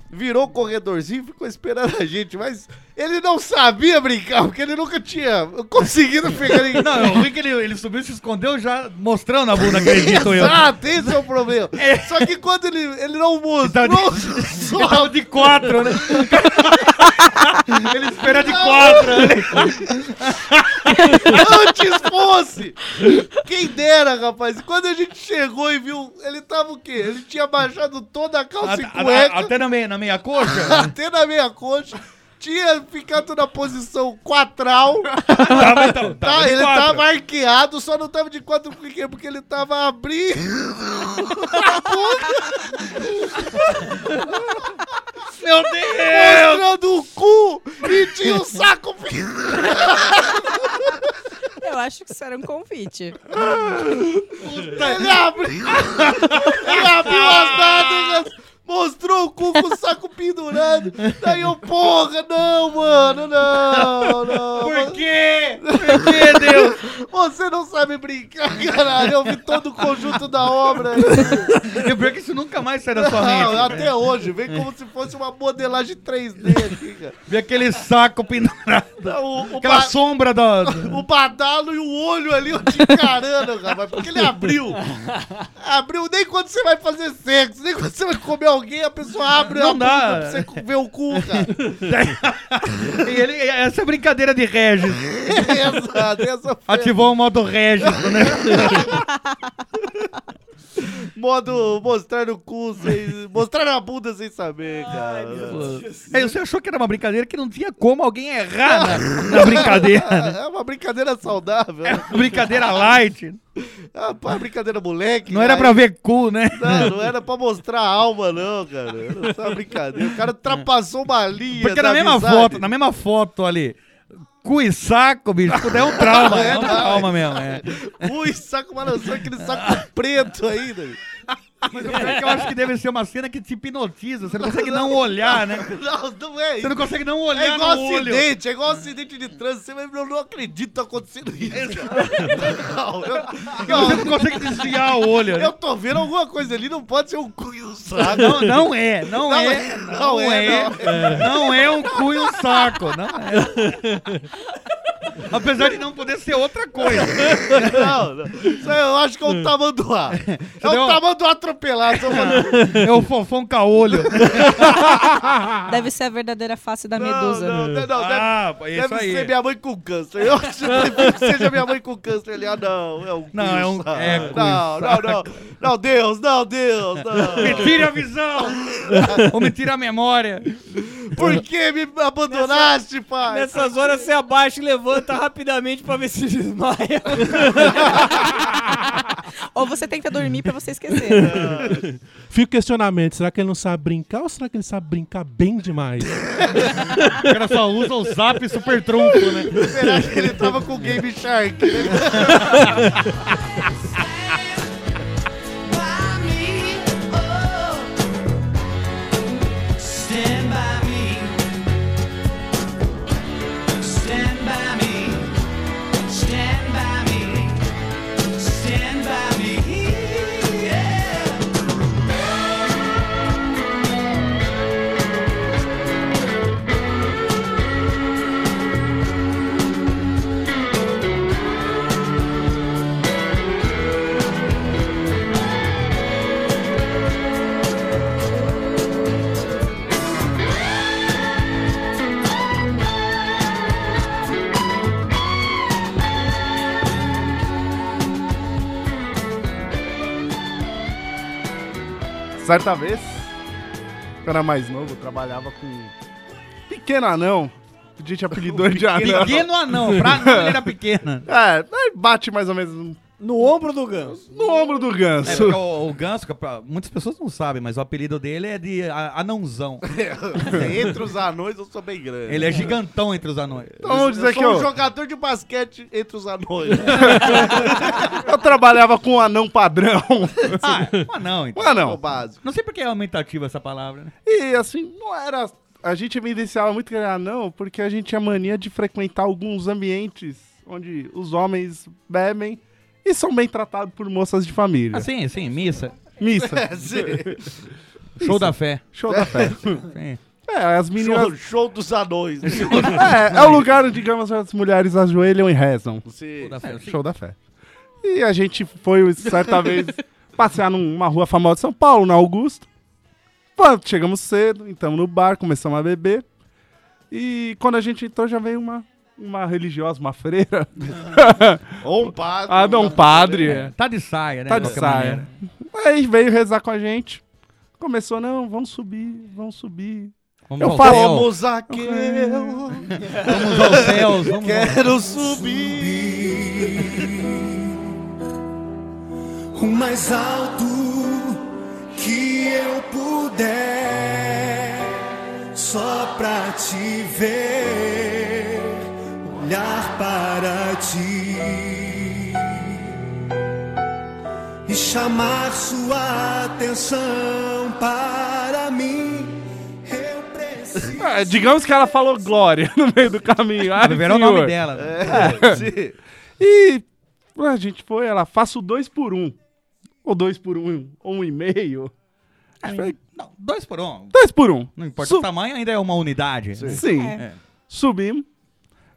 Virou o corredorzinho e ficou esperando a gente, mas ele não sabia brincar, porque ele nunca tinha conseguido pegar ninguém.
Não, eu vi que ele, ele subiu e se escondeu já mostrando a bunda, acredito eu.
Exato, esse é o problema. Só que quando ele, ele não muda,
Tá de-
só
Tava de quatro, né? Ele espera de
Não.
quatro. né?
Antes fosse! Quem dera, rapaz. Quando a gente chegou e viu, ele tava o quê? Ele tinha baixado toda a calça e
A- a-
cueca,
a- Até na meia, na meia coxa.
até na meia coxa. Tinha ficado na posição quatral,
Tava, tava,
tá?
tava de
ele
quatro.
tava arqueado, só não tava de quatro por quê? porque ele tava abrindo.
Meu Deus!
mostrando o cu e tinha o saco.
Eu acho que isso era um convite.
Ele Ah. abriu. Ele abriu as nádegas. né? Mostrou o cu com o saco pendurado. Daí eu, porra, não, mano, não, não.
Por quê? Por quê, Deus?
Você não sabe brincar, caralho. Eu vi todo o conjunto da obra.
Eu pior que isso nunca mais sai da sua
Não,
mente.
até hoje. Vem como se fosse uma modelagem 3D aqui, cara.
Vê aquele saco pendurado.
O, o,
Aquela
ba-
sombra da... da-
o badalo e o olho ali, eu te encarando, rapaz. Porque ele abriu. Abriu nem quando você vai fazer sexo, nem quando você vai comer alguém, a pessoa abre
Não
a
dá.
pra você co- ver o cu, cara.
E ele, essa é a brincadeira de Regis.
Essa, essa foi
Ativou o modo Regis, né?
modo mostrar o cu, sem, mostrar a bunda sem saber, cara.
Aí você achou que era uma brincadeira que não tinha como alguém errar na, na brincadeira.
É é uma brincadeira saudável.
É uma brincadeira light.
Ah, pô, é brincadeira moleque.
Não era
aí-
pra ver cu, né?
Não, não era pra mostrar a alma, não, cara. Era só uma brincadeira. O cara ultrapassou uma linha.
Porque
da
na mesma
amizade.
foto, na mesma foto ali, cu e saco, bicho. Tudo é um trauma, é um trauma mesmo. é.
Ui, saco balançando, aquele saco preto ainda. bicho.
Mas eu, é que eu acho que deve ser uma cena que te hipnotiza. Você não consegue não olhar, né?
Não, não é
Você
isso.
não consegue não olhar
É igual
no olho.
acidente, é igual acidente de trânsito. Você vai, eu não acredito que tá acontecendo isso. Não, eu,
Você
eu-
não consegue desviar o olho.
eu tô vendo alguma coisa ali, não pode ser um cu e um
Ah,
saco.
Não, não é, não,
Não
é,
é,
não,
não
é,
é,
não é um cu e um saco, não é. Apesar de não poder ser outra coisa.
Não, não. Isso aí eu acho que é
Hum.
um tamanduá. É
deu-
um tamanduá atropelado. só uma-
É o fofão caolho.
Deve ser a verdadeira face da
Não,
medusa.
não, não, não.
Ah, é
Deve,
isso
deve
aí.
ser minha mãe com câncer. Eu acho que seja minha mãe com câncer ali. Ah, não, é um cu
Não,
e
é um-
saco.
é cu e
não, não, não. Não, Deus, não, Deus, não.
Me tire a visão! Ou me tire a memória.
Por que me abandonaste, pai?
Nessas horas você abaixa e levanta rapidamente pra ver se desmaia.
Ou você tenta dormir pra você esquecer.
Fica o questionamento: será que ele não sabe brincar ou será que ele sabe brincar bem demais?
O cara só usa o zap super trunfo, né?
Será que ele tava com o Game Shark?
Stand by me. Stand by me. Stand by me. Stand by me. Yeah.
Certa vez, quando eu era mais novo, eu trabalhava com um pequeno anão. A gente apelidou ele de anão.
Um Pequeno anão, pra anão ele era pequena.
É, aí bate mais ou menos no-
No ombro do ganso.
no ombro do
É,
ganso.
porque o, o Ganso, que pra- muitas pessoas não sabem, mas o apelido dele é de a- anãozão.
Entre os anões, eu sou bem grande.
Ele é gigantão entre os anões.
Então vamos dizer
eu
que
sou um
eu,
jogador de basquete entre os anões.
eu trabalhava com um anão padrão.
Ah, um anão,
Um
então.
O
anão.
básico.
Não sei porque é aumentativa essa palavra, né?
E assim, não era. A gente evidenciava muito que era anão, porque a gente tinha mania de frequentar alguns ambientes onde os homens bebem e são bem tratados por moças de família.
Ah, sim, sim, missa.
Missa,
Sim.
Show da fé.
show da fé.
Sim.
É, as meninas.
Show, show dos anões. né?
É, é o lugar onde, digamos, as mulheres ajoelham e rezam.
Sim.
da fé.
É, show da fé. E a gente foi certa vez passear numa rua famosa de São Paulo, na Augusto. Pô, chegamos cedo, entramos no bar, começamos a beber. E quando a gente entrou, já veio uma, uma religiosa, uma freira.
Ou um padre.
ah, não, um padre. é.
Tá de saia, né?
Tá de
qualquer
saia.
maneira.
Aí veio rezar com a gente. Começou, não, vamos subir, vamos subir.
Vamos
Eu
ao
falo-
céu,
Como Zaqueu,
vamos aos céus, vamos ao-
quero subir.
o mais alto que eu puder, só pra te ver, olhar para ti e chamar sua atenção para mim. Eu preciso.
Ah, digamos que ela falou glória no meio do caminho. Ai,
Verão é o nome
senhor. É.
dela.
Sim.
E a gente foi, ela, faço dois por um. Ou dois por um, ou um e meio.
É.
A gente foi,
Não, dois por um.
dois por um.
Não importa
Su-
o tamanho, ainda é uma unidade.
Sim.
É.
Subimos.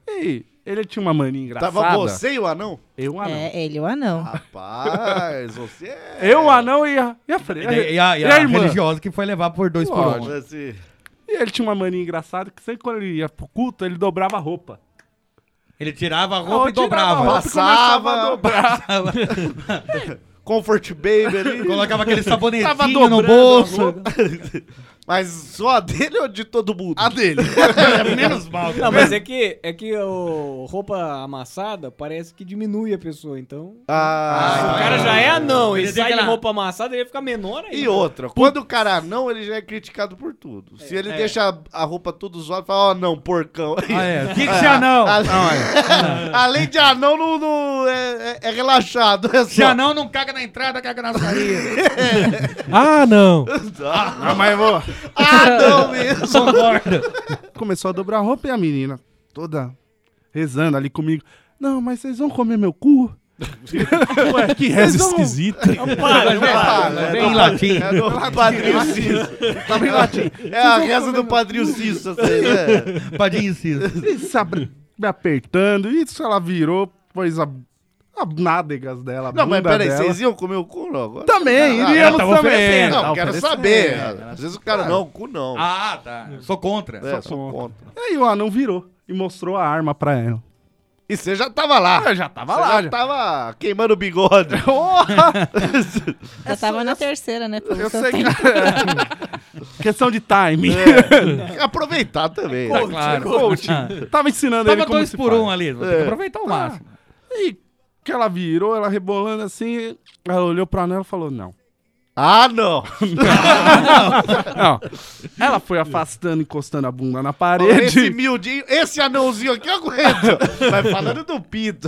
E ele tinha uma mania engraçada.
Tava você e o anão?
Eu, o anão.
É, ele o anão.
Ah. Rapaz, você é.
Eu, o anão e a, e a
E,
freira.
daí- e a, e
E
a
a irmã?
religiosa que foi levar por dois por um.
Assim,
E ele tinha uma mania engraçada que sempre quando ele ia pro culto, ele dobrava a roupa.
Ele tirava a roupa e
Tirava a
dobrava.
roupa e começava a
Passava.
dobrar.
Comfort Baby ali.
Colocava aquele sabonetinho
Tava
no
dobrando a
bolso.
Mas só a dele ou de todo mundo?
A dele.
É, Menos mal.
Não, mas é que, é que o roupa amassada parece que diminui a pessoa, então.
Ah,
o cara já é anão e
Ele tem
sai de
aquela-
roupa amassada, ele fica menor aí.
E outra, quando o cara não, ele já é criticado por tudo. Se ele deixa a- a roupa todos zoada, fala, ó, não, porcão.
É. Ah, é. Que que você anão? é.
Ale- Além de anão, não, não- é, é- é relaxado. É
Se
só.
anão não caga na entrada, caga na saída.
Ah, não!
Ah, mas vou.
Ah, não mesmo.
Começou a dobrar a roupa e a menina, toda rezando ali comigo. Não, mas vocês vão comer meu cu?
Ué, que reza esquisita.
né?
Para,
Bem latim.
É do Padrinho Cício. Tá bem latim. É a reza do Padrinho Cício. assim, né?
Padinho Cícero.
E se abri- me apertando. Isso ela virou, pôs a, a nádegas dela. a
Não, mas
bunda
peraí,
dela.
vocês iam comer o cu não? agora?
Também,
Ah,
iríamos
tava
também.
oferecendo.
Não,
Tá
quero
oferecendo.
saber. Às vezes o cara, não, o cu não.
é, né? Ah, tá. Sou um. contra.
é, só conta.
Aí o anão virou e mostrou a arma pra ela.
E você já tava lá.
Eu já tava
Você
lá,
já
já.
tava queimando o bigode.
Já tava na terceira, né? Pelo
Eu
seu
sei
tempo.
que... Questão de timing.
Aproveitar também.
Tá claro.
Tava ensinando ele
Tava
como
dois
se
por
faz. É. Ah.
um ali. Vou ter que aproveitar o máximo.
E que ela virou, ela rebolando assim, ela olhou pra anão e falou, não.
Ah, não.
Não. Ela foi afastando, encostando a bunda na
Esse
parede.
miudinho, esse anãozinho aqui eu aguento. Mas falando do pinto.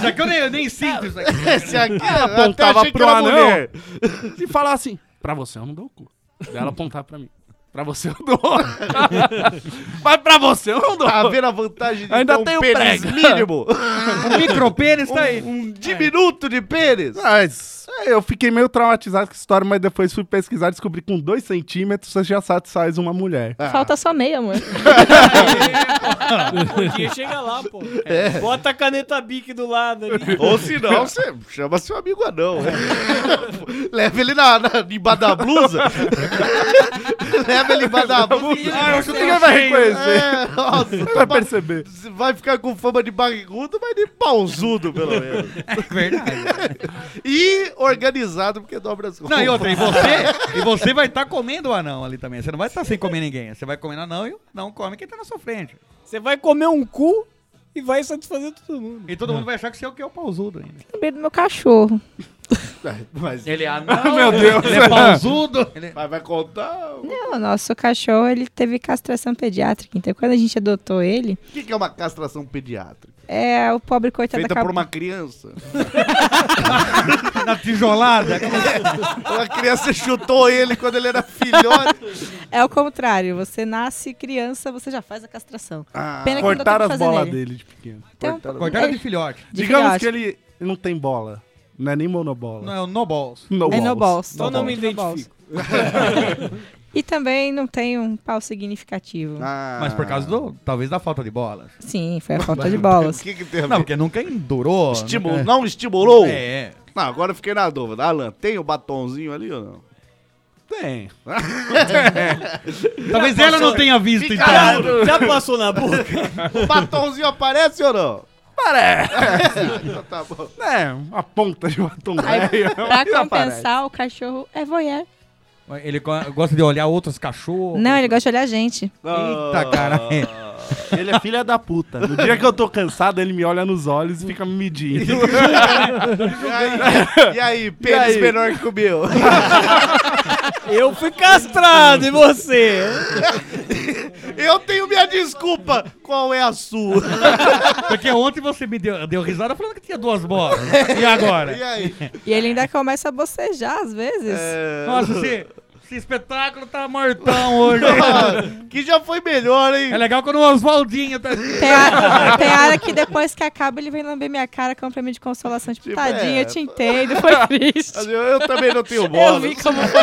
Já É que eu nem, eu nem sinto isso aqui.
Esse aqui eu até
apontava
achei que
pro
era
anão.
mulher.
E falar assim, pra você eu não dou o cu. Daí ela apontar pra mim. Pra você eu dou. Mas pra você eu não dou.
Tá vendo a vantagem de
Ainda
ter
tem
um
o
pênis
prego.
mínimo?
O micropênis tá aí.
Um diminuto de pênis?
Mas é, eu fiquei meio traumatizado com essa história, mas depois fui pesquisar e descobri que com dois centímetros você já satisfaz uma mulher.
Falta só meia, amor.
Um dia chega lá, pô.
É.
Bota a caneta bique do lado ali.
Ou se não, você chama seu amigo anão. né? Leva ele na, na, embaixo da blusa. Leva ele embaixo da blusa.
Ah, eu
Você ninguém vai reconhecer.
É, nossa,
Você vai perceber.
Você vai ficar com fama de barrigudo, mas de pauzudo, pelo menos.
É verdade.
E organizado, porque dobra as roupas.
Não, e outra, e você, e você vai estar comendo o anão ali também. Você não vai estar sem comer ninguém. Você vai comendo o anão e o anão come quem tá na sua frente.
Você vai comer um cu e vai satisfazer todo mundo.
E todo mundo vai achar que você é o que é o pausudo ainda.
Lembrei do meu cachorro.
Mas
Ele é anão. Meu Deus. Ele é pausudo. Ele...
mas vai contar o
Não, o nosso cachorro, ele teve castração pediátrica. Então, quando a gente adotou ele,
que, que é uma castração pediátrica?
é o pobre coitado
Feita
acabou-
por uma criança.
Na tijolada. É
Uma criança chutou ele quando ele era filhote.
É o contrário. Você nasce criança, você já faz a castração.
Ah,
Pena que não dá
Cortaram
tempo de
as
fazer
bolas
nele.
dele de pequeno.
Então,
Cortaram de filhote.
de
Digamos
filhote.
que ele não tem bola. Não é nem monobola.
Não, é o no balls.
No
É no balls.
Só não me identifico.
E também não tem um pau significativo.
Ah.
Mas por causa do. Talvez da falta de bolas.
Sim, foi a falta de
O
bolas.
que, que tem a
Não,
ver?
porque nunca endurou.
Estimul-
nunca-
Não estimulou?
É.
Não, agora eu fiquei na dúvida. Alan, tem o batonzinho ali ou não?
Tem.
Talvez ela não tenha visto, então.
Caralho, já passou na boca.
O batonzinho aparece ou não? Parece! tá bom.
É, uma ponta de batom velho. Não
Pra
aparece.
compensar, o cachorro é voyeur.
É. Ele co- gosta de olhar outros cachorros.
Não, ele gosta de olhar a gente.
Eita, caralho.
Ele é filha da puta. No dia que eu tô cansado, ele me olha nos olhos e fica me medindo.
E aí, e aí pênis
aí?
menor que o meu?
Eu fui castrado e você?
Eu tenho minha desculpa. Qual é a sua?
Porque ontem você me deu, deu risada falando que tinha duas bolas. E agora?
E aí?
E ele ainda começa a bocejar às vezes.
É.
Nossa, esse, esse espetáculo tá mortão hoje.
que já foi melhor, hein?
É legal quando o Oswaldinho tá.
Tem, a, tem área que depois que acaba ele vem lamber minha cara com um prêmio de consolação. Tipo,
Tipo,
tadinha,
é.
eu te entendo, foi triste.
Eu, eu também não tenho
Eu
bola.
vi como foi.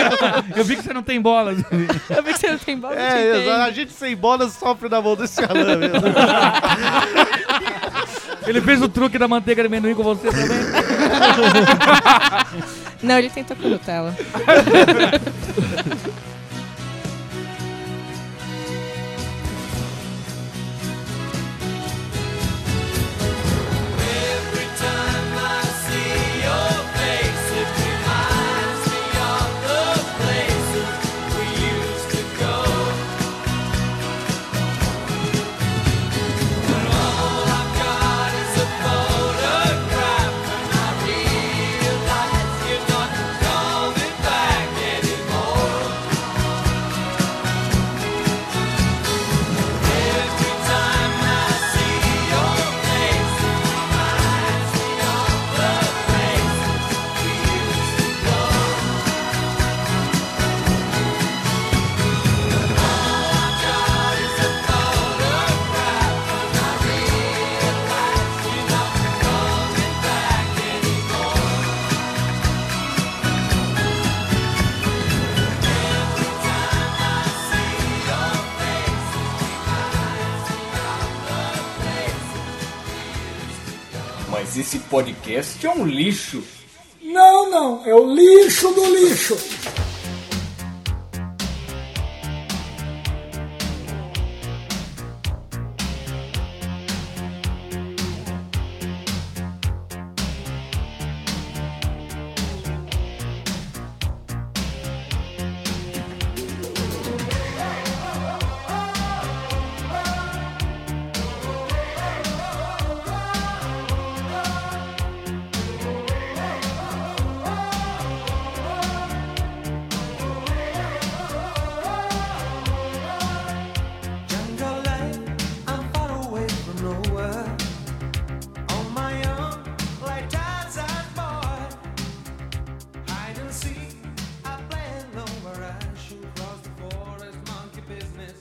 Eu vi que você não tem bolas.
Eu vi que você não tem bola, eu te
É,
entendo.
exato. a gente sem bola sofre na mão desse Alan mesmo.
Ele fez o truque da manteiga de amendoim com você também.
Não, ele tentou com Nutella.
place. If reminds me of the places we used to go. mas esse podcast é um lixo. Não, não, é o lixo do lixo.
Jungle life, I'm far away from nowhere. On my own, like Tarzan boy. Hide and seek, I play alone where I shoot across the forest, monkey business.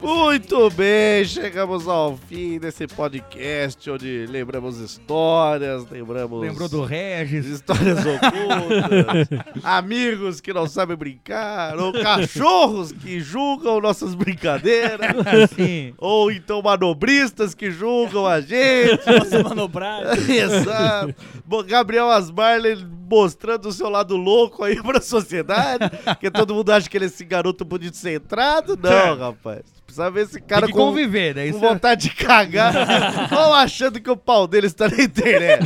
Muito bem, chegamos ao fim desse podcast onde lembramos histórias, lembramos.
Lembrou do Regis?
Histórias ocultas, amigos que não sabem brincar, ou cachorros que julgam nossas brincadeiras,
Assim.
ou então manobristas que julgam a gente.
Essa manobragem.
Exato. Bom, Gabriel Asmarley mostrando o seu lado louco aí pra sociedade, porque todo mundo acha que ele é esse garoto bonito centrado. Não, rapaz. Precisa ver esse cara
Tem que
com,
conviver, né?
com
Isso é-
vontade de cagar ou achando que o pau dele está na internet.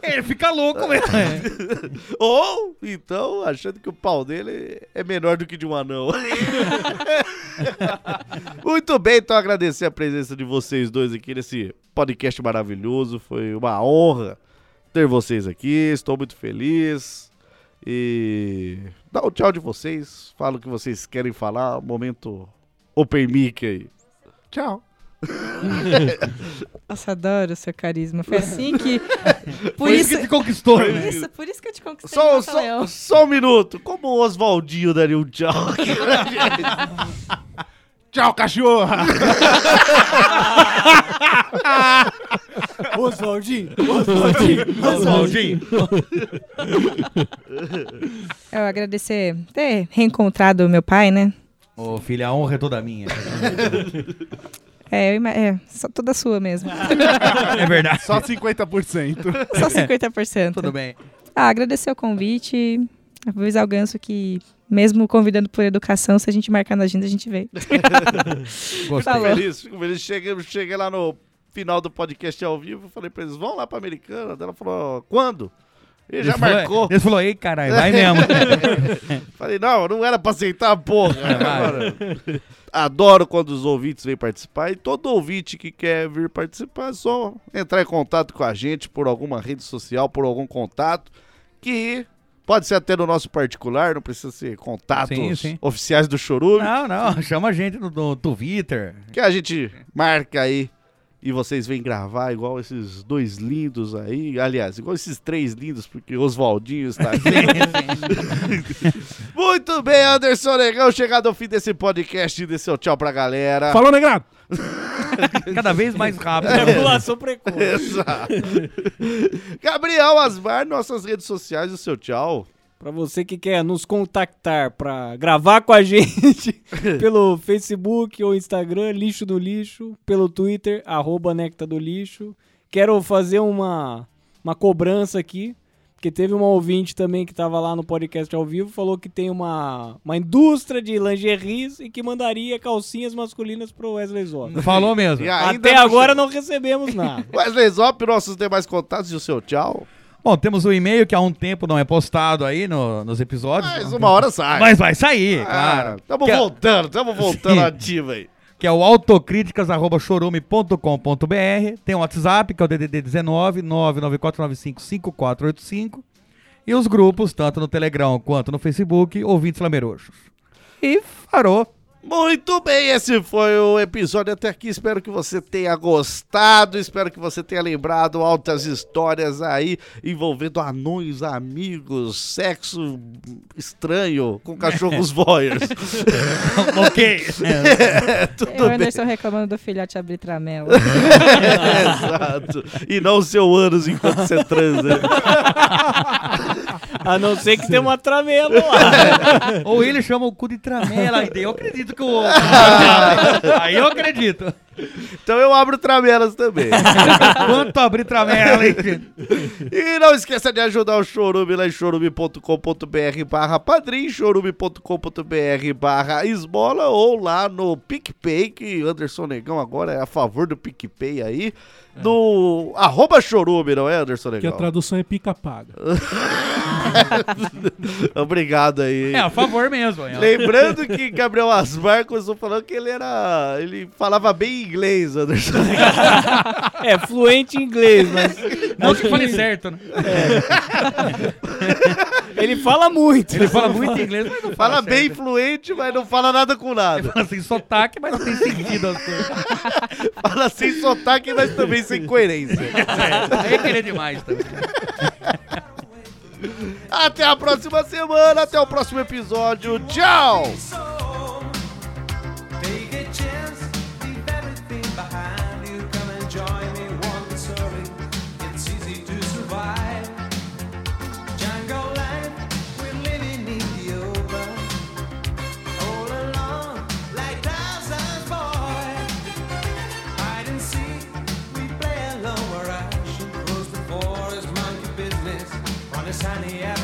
Ele fica louco mesmo. É.
ou, então, achando que o pau dele é menor do que de um anão. Muito bem, então agradecer a presença de vocês dois aqui nesse podcast maravilhoso. Foi uma honra ter vocês aqui. Estou muito feliz. E dá o tchau de vocês. Fala o que vocês querem falar. Momento Open Mic aí. Tchau.
Nossa, adoro o seu carisma. Foi assim que. Por
Foi isso
isso.
que te conquistou.
Por
né?
isso, por isso que eu te conquistei.
Só,
Mata Leão.
só, só um minuto. Como o Oswaldinho daria um tchau aqui pra gente?
Tchau, cachorra!
Oswaldinho, Oswaldinho, Oswaldinho.
É, Eu agradecer ter reencontrado o meu pai, né?
Ô, filho, a honra é toda minha.
É, eu ima- é só toda sua mesmo.
é verdade.
Só 50%.
Só 50%.
Tudo bem.
Ah, agradecer o convite. Avisar o Ganso que, mesmo convidando por educação, se a gente marcar na agenda, a gente vem.
Fico
Falou.
feliz, fico feliz. Cheguei, cheguei lá no final do podcast ao vivo, falei pra eles, vão lá pra Americana. Daí Ela falou, quando? Ele já
falou-
marcou.
Ele falou, ei, caralho, vai mesmo.
Falei, não, não era pra aceitar, porra.
É,
Agora, Adoro quando os ouvintes vêm participar. E todo ouvinte que quer vir participar, é só entrar em contato com a gente por alguma rede social, por algum contato. Que pode ser até no nosso particular, não precisa ser contatos
Sim, sim.
oficiais do Chorume.
não, não, chama a gente no, no Twitter.
que a gente marca aí e vocês vêm gravar igual esses dois lindos aí. Aliás, igual esses três lindos, porque Oswaldinho está aqui. Muito bem, Anderson Negão, chegado ao fim desse podcast, dê seu tchau pra galera.
Falou, negrado!
Cada vez mais rápido.
É.
Ejaculação precoce.
Exato. Gabriel Asmar, nossas redes sociais, o seu tchau.
Pra você que quer nos contactar pra gravar com a gente pelo Facebook ou Instagram, Lixo do Lixo, pelo Twitter, arroba Necta do Lixo. Quero fazer uma, uma cobrança aqui, porque teve uma ouvinte também que tava lá no podcast ao vivo, falou que tem uma, uma indústria de lingeries e que mandaria calcinhas masculinas pro Wesley Zop.
Falou mesmo.
E ainda
Até agora
chegou.
não recebemos nada.
Wesley Zop, nossos demais contatos e o seu tchau.
Bom, temos o e-mail que há um tempo não é postado aí no- nos episódios.
Mas uma hora sai.
Mas vai sair,
Ah,
claro.
Tamo
que, é,
voltando, tamo voltando
Sim.
ativa aí.
que é o autocríticas.chorume.com.br. Tem o WhatsApp, que é o DDD 19 994955485. E os grupos, tanto no Telegram quanto no Facebook, ouvintes lameroxos. E farou.
Muito bem, esse foi o episódio até aqui. Espero que você tenha gostado, espero que você tenha lembrado altas histórias aí envolvendo anões, amigos, sexo estranho com cachorros voyeurs. É,
ok.
E o Anderson reclamando do filhote abrir tramela.
Exato. E não o seu ânus enquanto você transa.
A não ser que tenha uma tramela lá.
Ou ele chama o cu de tramela, e daí eu acredito que o. Aí eu acredito.
Então eu abro tramelas também.
Quanto abrir tramela, hein? gente?
E não esqueça de ajudar o Chorume lá em chorume.com.br barra padrim, chorume.com.br barra esmola ou lá no PicPay, que Anderson Negão agora é a favor do PicPay aí, do arroba chorume, não é, Anderson
É. Que a
Negão?
tradução é pica paga.
Obrigado aí.
É, a favor mesmo. hein?
Lembrando que Gabriel Asmar começou falando que ele era. Ele falava bem inglês, Anderson. Negão.
É fluente em inglês, mas
Não que fale certo, né?
ele fala muito.
Ele fala muito inglês,
Tá
mas não fala,
Fala bem
certo.
fluente, mas não fala nada com nada.
Fala sem sotaque, mas tem sentido as coisas.
Fala sem sotaque, mas também sem coerência.
Aí é querer demais também.
Até a próxima semana, até o próximo episódio. Tchau!
So take a chance, leave everything behind you. Come and join me once sorry. It's easy to survive. Jungle life, we're living in the open. All alone, like thousand boy. Hide and seek, we play alone where I should close the forest, monkey business on a sunny afternoon.